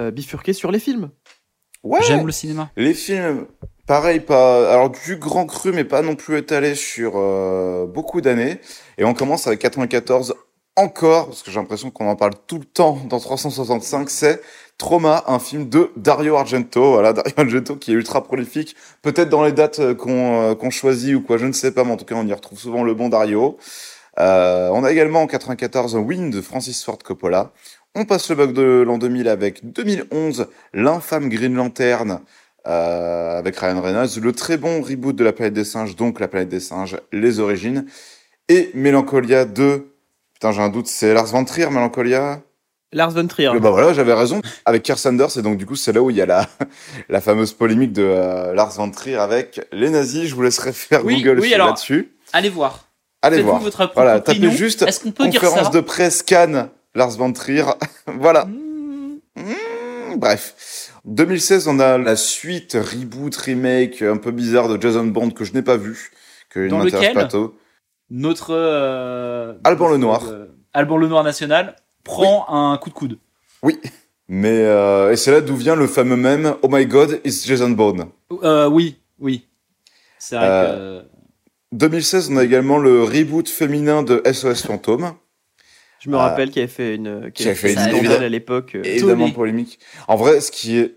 D: euh, bifurquer sur les films.
E: Ouais.
G: J'aime le cinéma.
E: Les films, pareil, pas alors du grand cru, mais pas non plus étalé sur euh, beaucoup d'années. Et on commence avec 94 encore, parce que j'ai l'impression qu'on en parle tout le temps dans 365, c'est Trauma, un film de Dario Argento. Voilà, Dario Argento qui est ultra prolifique, peut-être dans les dates euh, qu'on euh, qu'on choisit ou quoi, je ne sais pas, mais en tout cas, on y retrouve souvent le bon Dario. Euh, on a également en 94 Win de Francis Ford Coppola. On passe le bug de l'an 2000 avec 2011 l'infâme Green Lantern euh, avec Ryan Reynolds, le très bon reboot de La Planète des Singes, donc La Planète des Singes, les origines, et Mélancolia 2. Putain, j'ai un doute, c'est Lars von Trier, Mélancolia
D: Lars von Trier.
E: Bah voilà, j'avais raison. Avec Kerr Sanders, et donc du coup, c'est là où il y a la, (laughs) la fameuse polémique de euh, Lars von Trier avec les nazis. Je vous laisserai faire
B: Oui,
E: Google
B: oui,
E: sur-
B: alors,
E: là-dessus.
B: Allez voir.
E: Allez
B: Faites-vous
E: voir.
B: votre propre
E: Voilà,
B: opinion.
E: tapez juste
B: Est-ce qu'on peut dire ça
E: conférence de presse Cannes, Lars von Trier. (laughs) voilà. Mmh, Bref. 2016, on a la suite, reboot, remake, un peu bizarre de Jason Bond que je n'ai pas vu, que il
B: Dans
E: ne
B: lequel
E: m'intéresse pas tôt.
B: Notre euh,
E: Alban
B: notre,
E: Lenoir.
B: euh, Alban Lenoir national prend un coup de coude.
E: Mais euh, et c'est là d'où vient le fameux mème Oh my God, it's Jason Bourne.
B: Euh, oui, oui. C'est vrai
E: Euh,
B: que
E: 2016, on a également le reboot féminin de SOS Fantôme,
D: Je me
E: Ah.
D: rappelle qu'il avait fait une,
E: Qui avait fait
D: une
E: une-
D: scandale à l'époque. euh,
E: évidemment
B: Tony.
E: polémique. En vrai, ce qui est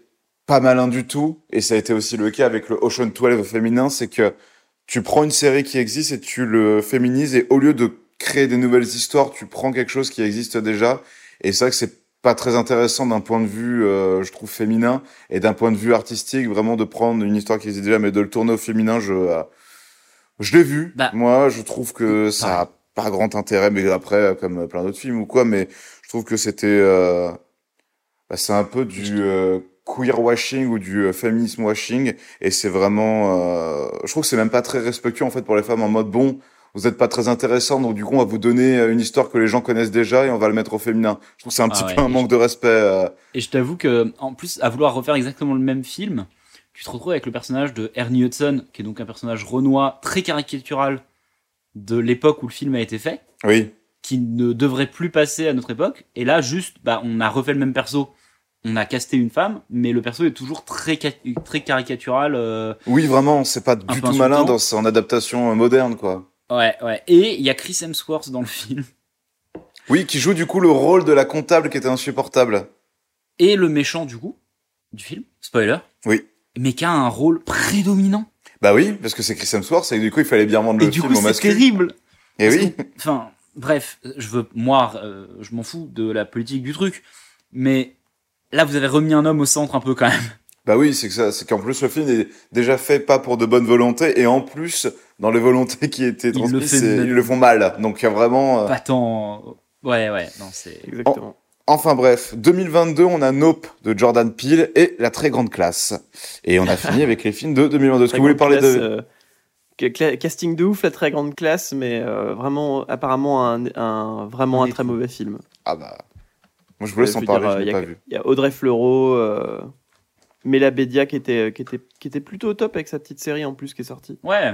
E: pas malin du tout, et ça a été aussi le cas avec le Ocean 12 féminin, c'est que tu prends une série qui existe et tu le féminises, et au lieu de créer des nouvelles histoires, tu prends quelque chose qui existe déjà, et c'est vrai que c'est pas très intéressant d'un point de vue, euh, je trouve, féminin, et d'un point de vue artistique, vraiment de prendre une histoire qui existe déjà, mais de le tourner au féminin, je, euh, je l'ai vu.
B: Bah.
E: Moi, je trouve que ça a pas grand intérêt, mais après, comme plein d'autres films ou quoi, mais je trouve que c'était, euh, bah, c'est un peu du euh, queer washing ou du euh, féminisme washing, et c'est vraiment, euh, je trouve que c'est même pas très respectueux en fait pour les femmes en mode bon. Vous n'êtes pas très intéressant, donc du coup, on va vous donner euh, une histoire que les gens connaissent déjà et on va le mettre au féminin. Je trouve que c'est un
B: Ah
E: petit
B: ouais.
E: peu un manque de respect. euh,
B: et je t'avoue que en plus à vouloir refaire exactement le même film, tu te retrouves avec le personnage de Ernie Hudson, qui est donc un personnage renois très caricatural de l'époque où le film a été fait.
E: Oui.
B: qui ne devrait plus passer à notre époque. Et là, juste, bah, on a refait le même perso. On a casté une femme, mais le perso est toujours très, ca- très caricatural. euh,
E: Oui, vraiment, c'est pas du
B: peu
E: tout
B: insultant.
E: malin dans son adaptation euh, moderne, quoi.
B: Ouais, ouais. Et il y a Chris Hemsworth dans le (laughs) film.
E: Oui, qui joue du coup le rôle de la comptable qui était insupportable.
B: Et le méchant, du coup, du film. Spoiler.
E: Oui.
B: Mais qui a un rôle prédominant.
E: Bah oui, parce que c'est Chris Hemsworth, et du coup, il fallait bien vendre
B: et
E: le
B: du
E: film
B: coup,
E: au
B: c'est
E: masculin.
B: terrible.
E: Et
B: Parce
E: oui,
B: qu'on- Enfin, bref, je veux, moi, euh, je m'en fous de la politique du truc. Mais là, vous avez remis un homme au centre un peu quand même.
E: bah oui, c'est que ça, c'est qu'en plus, le film est déjà fait pas pour de bonnes volontés, et en plus, dans les volontés qui étaient
B: Il le
E: transmises,
B: fait
E: c'est-
B: même.
E: ils le font mal. Donc, il y a vraiment. euh,
B: Pas tant. Ouais, ouais, non, c'est.
D: Exactement.
E: Enfin bref, 2022, on a Nope de Jordan Peele et La Très Grande Classe. Et on a fini avec les films de 2022. Est-ce
D: Très
E: que vous voulez
D: grande
E: parler
D: classe,
E: de...
D: euh, que- cla- casting de ouf, la très grande classe, mais euh, vraiment, apparemment, un, un- vraiment
B: Un
D: un très mauvais film.
E: Ah bah... Moi, je vous laisse
D: Je
E: en
D: veux
E: parler,
D: dire,
E: je
D: euh,
E: l'ai
D: y a-
E: pas vu.
D: Il y a Audrey Fleurot, euh, Mela Bédia qui était, qui, était, qui était plutôt au top avec sa petite série en plus qui est sortie,
B: Ouais,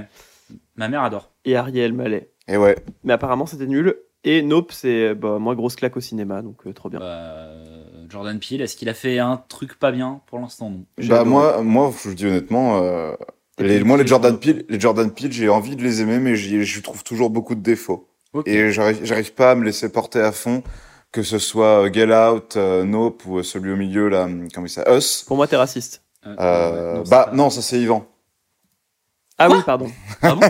B: ma mère adore.
D: et Ariel Mallet.
E: Et Eh ouais,
D: Mais apparemment, c'était nul. Et Nope, c'est bah, moi grosse claque au cinéma, donc euh,
E: Bah,
D: trop bien.
B: Euh, Jordan Peele, est-ce qu'il a fait un truc pas bien Pour l'instant, non.
D: J'ai
E: Bah
D: adoré.
E: moi, moi, je vous dis honnêtement, euh,
D: Et
E: les,
D: puis,
E: moi les
D: les
E: Jordan
D: gens-
E: Peele, les Jordan Peele, j'ai envie de les aimer, mais j'y- je trouve toujours beaucoup de défauts.
B: Ok.
E: Et j'arrive j'arrive pas à me laisser porter à fond, que ce soit euh, Get Out, euh, Nope ou euh, celui au milieu là, hum, comment il s'appelle, Us.
D: Pour moi, t'es raciste.
B: Euh,
E: Euh,
B: ouais, c'est
E: bah
B: pas-
E: non, ça c'est Yvan.
D: Ah oui, pardon.
B: Ah
E: (laughs)
B: bon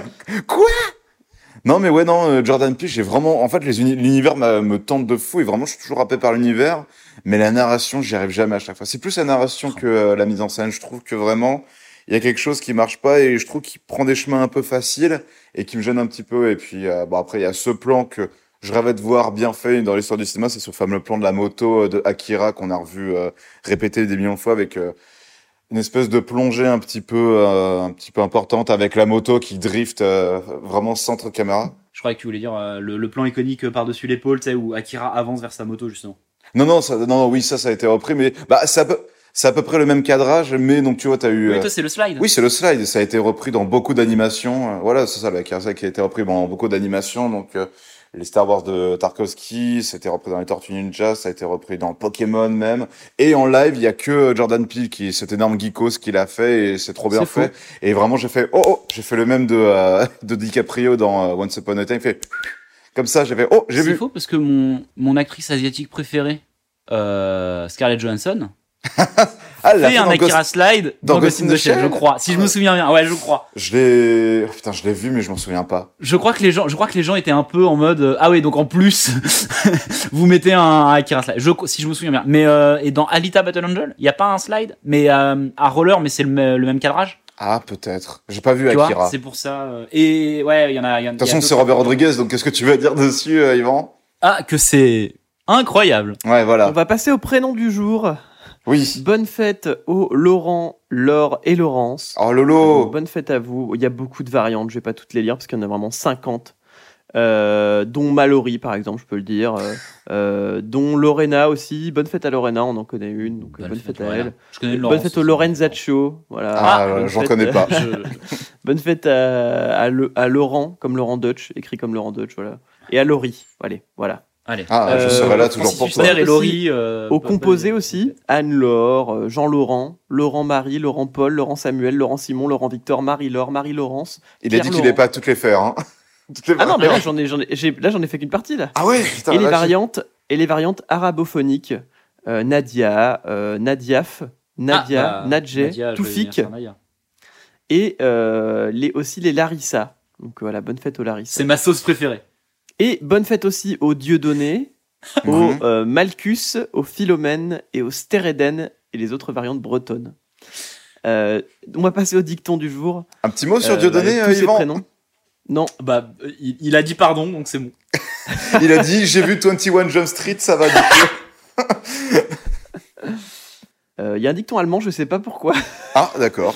E: Non mais ouais non, euh, Jordan Peele, j'ai vraiment, en fait, les uni- l'univers m'a- me tente de fou et vraiment, je suis toujours happé par l'univers, mais la narration, j'y arrive jamais à chaque fois. C'est plus la narration que euh, la mise en scène. Je trouve que vraiment, il y a quelque chose qui marche pas et je trouve qu'il prend des chemins un peu faciles et qui me gêne un petit peu. Et puis, euh, bon, après, il y a ce plan que je rêvais de voir bien fait dans l'histoire du cinéma, c'est ce fameux plan de la moto euh, de Akira qu'on a revu euh, répété des millions de fois avec euh, une espèce de plongée un petit peu, euh, un petit peu importante avec la moto qui drift euh, vraiment centre caméra.
B: Je croyais que tu voulais dire euh, le, le plan iconique euh, par-dessus l'épaule, tu sais, où Akira avance vers sa moto, justement.
E: Non, non, ça, non, non, oui, ça, ça a été repris, mais bah, c'est à peu, c'est à peu près le même cadrage, mais donc tu vois, t'as eu.
B: Oui,
E: euh,
B: toi, c'est le slide.
E: Oui, c'est le slide. Ça a été repris dans beaucoup d'animations. Euh, Voilà, c'est ça, la Kurosawa qui a été repris dans beaucoup d'animations. Donc, euh, les Star Wars de Tarkovsky, c'était repris dans les Tortues Ninja, ça a été repris dans Pokémon même. Et en live, il y a que euh, Jordan Peele qui, cet énorme geekos qu'il a fait et c'est trop bien
D: C'est fou.
E: fait. Et vraiment, j'ai fait, oh, oh, j'ai fait le même de, euh, (laughs) de DiCaprio dans euh, Once Upon a Time. Il fait, comme ça, j'ai fait, oh, j'ai
B: C'est
E: vu.
B: faux parce que mon, mon actrice asiatique préférée, euh, Scarlett Johansson,
E: Ah, elle l'a
B: fait
E: fait
B: un
E: dans Ghost-
B: Akira slide dans, Ghost in the Shell, je
E: Shell
B: crois. Si je me souviens bien, ouais, je crois.
E: Je l'ai, oh, putain, je l'ai vu, mais je m'en souviens pas.
B: Je crois que les gens, je crois que les gens étaient un peu en mode, euh, ah oui, donc en plus, (laughs) vous mettez un, un Akira slide. Je, si je me souviens bien. Mais euh, et dans Alita Battle Angel, il y a pas un slide, mais euh, à roller, mais c'est le, me- le même cadrage.
E: Ah, peut-être. J'ai pas vu
B: Tu vois,
E: Akira.
B: c'est pour ça. euh, et ouais, il y en a. il y en-
E: De toute
B: il y a
E: façon,
B: deux-
E: c'est Robert Rodriguez, donc qu'est-ce que tu veux dire dessus, euh, Yvan
B: Ah, que c'est
G: incroyable.
E: Ouais,
D: On
E: voilà.
D: va passer au prénom du jour.
E: Oui.
D: Bonne fête aux Laurent, Laure et Laurence.
E: Oh, Lolo.
D: euh, Bonne fête à vous. Il y a beaucoup de variantes, je vais pas toutes les lire parce qu'il y en a vraiment 50. Euh, dont Mallory, par exemple, je peux le dire. Euh, euh, dont Lorena aussi. Bonne fête à Lorena, on en connaît une. Donc, euh, bonne, fête, à
B: Lorena.
D: elle.
B: Je connais
D: Bonne fête au Lorenzaccio. Voilà.
E: Ah,
D: Bonne
E: j'en
D: fête-
E: connais pas.
D: (laughs) bonne fête à, à Le- à Laurent, comme Laurent Dutch, écrit comme Laurent Dutch, voilà. Et à Laurie, allez, voilà.
B: Allez.
E: Ah, je
D: Euh,
E: serai là toujours
B: Francis
E: pour ça.
B: Huster
D: ça.
B: et Laurie. euh,
D: Au
B: peuvent-
D: composé
B: peuvent-
D: aussi, Anne-Laure, euh, Jean-Laurent, Laurent-Marie, Laurent-Paul, Laurent-Samuel, Laurent-Simon, Laurent-Victor, Marie-Laure, Marie-Laurence.
E: Il a
D: Pierre
E: dit qu'il
D: Laurent.
E: n'est pas à toutes les faire. Hein. (laughs) Toutes les
D: Ah non, mais là
E: variantes.
D: j'en ai, j'en ai, j'ai- là, j'en ai fait qu'une partie là.
E: Ah ouais, putain,
D: et les
E: là, j'ai-
D: variantes et les variantes arabophoniques euh, Nadia euh, Nadiaf Nadia
B: Ah, bah,
D: Nadje
B: Nadia, je vais venir
D: Toufik
B: sur Nadia.
D: et euh, les, aussi les Larissa donc voilà bonne fête aux Larissa
B: C'est ma sauce préférée.
D: et bonne fête aussi
E: (laughs)
D: aux Dieudonné aux
E: Mhm.
D: euh, Malcus aux Philomène et aux Stéréden et les autres variantes bretonnes Euh, on va passer au dicton du jour
E: Un petit mot sur
D: euh,
E: Dieudonné,
D: avec
E: euh,
D: tous ses
E: Yvan
D: prénoms. non
B: Bah, euh, il, il a dit pardon, donc c'est bon.
E: Il a dit J'ai vu 21 Jump Street, ça va. du (laughs) coup.
D: Euh, il y a un dicton allemand je sais pas pourquoi (laughs)
E: ah, d'accord.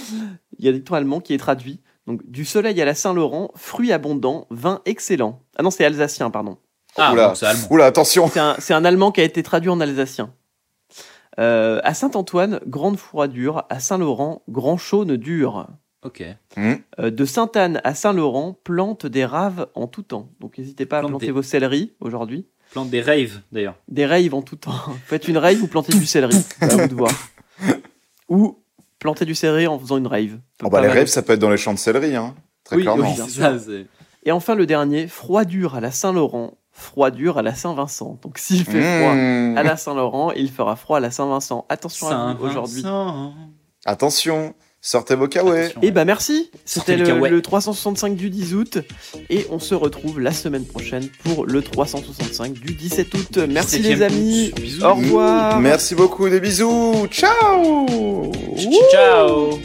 D: Il y a un dicton allemand qui est traduit. Donc, du soleil à la Saint-Laurent, fruits abondants, vin excellent. Ah non, c'est alsacien, pardon.
B: Ah,
E: Oula.
B: bon, c'est allemand.
E: Oula, attention.
D: C'est un, c'est un allemand qui a été traduit en alsacien. Euh, à Saint-Antoine, grande froidure. À Saint-Laurent, grand chaune dure.
B: Ok.
D: Euh, de Sainte-Anne à Saint-Laurent, plante des raves en tout temps. Donc, n'hésitez pas à
B: Plante
D: planter
B: des-
D: vos céleris aujourd'hui.
B: Plante des raves, d'ailleurs.
D: Des raves en tout temps. (laughs) Faites une rave ou plantez du céleri. C'est à vous de voir. Ou plantez du céleri en faisant une rave.
E: Oh, bah,
D: Pas
E: les
D: mal.
E: rêves, ça peut être dans les champs de céleri. Hein. Très
B: oui,
E: clairement.
B: oui, c'est ça. c'est-
D: Et enfin, le dernier, froid dur à la Saint-Laurent, froid dur à la Saint-Vincent. Donc s'il fait froid
E: Mmh.
D: à la Saint-Laurent, il fera froid à la Saint-Vincent. Attention à vous aujourd'hui.
B: Saint-Vincent.
E: Ah Attention, sortez vos kawaii.
B: Attention,
D: Et bah merci, c'était
B: Sortez le
D: le,
B: kawaii.
D: le 365 du 10 août et on se retrouve la semaine prochaine pour le 365 du 17 août. Merci les
B: 17e
D: amis,
B: août. Bisous.
E: Mmh.
D: au revoir.
E: Merci beaucoup, des bisous. Ciao.
B: Ciao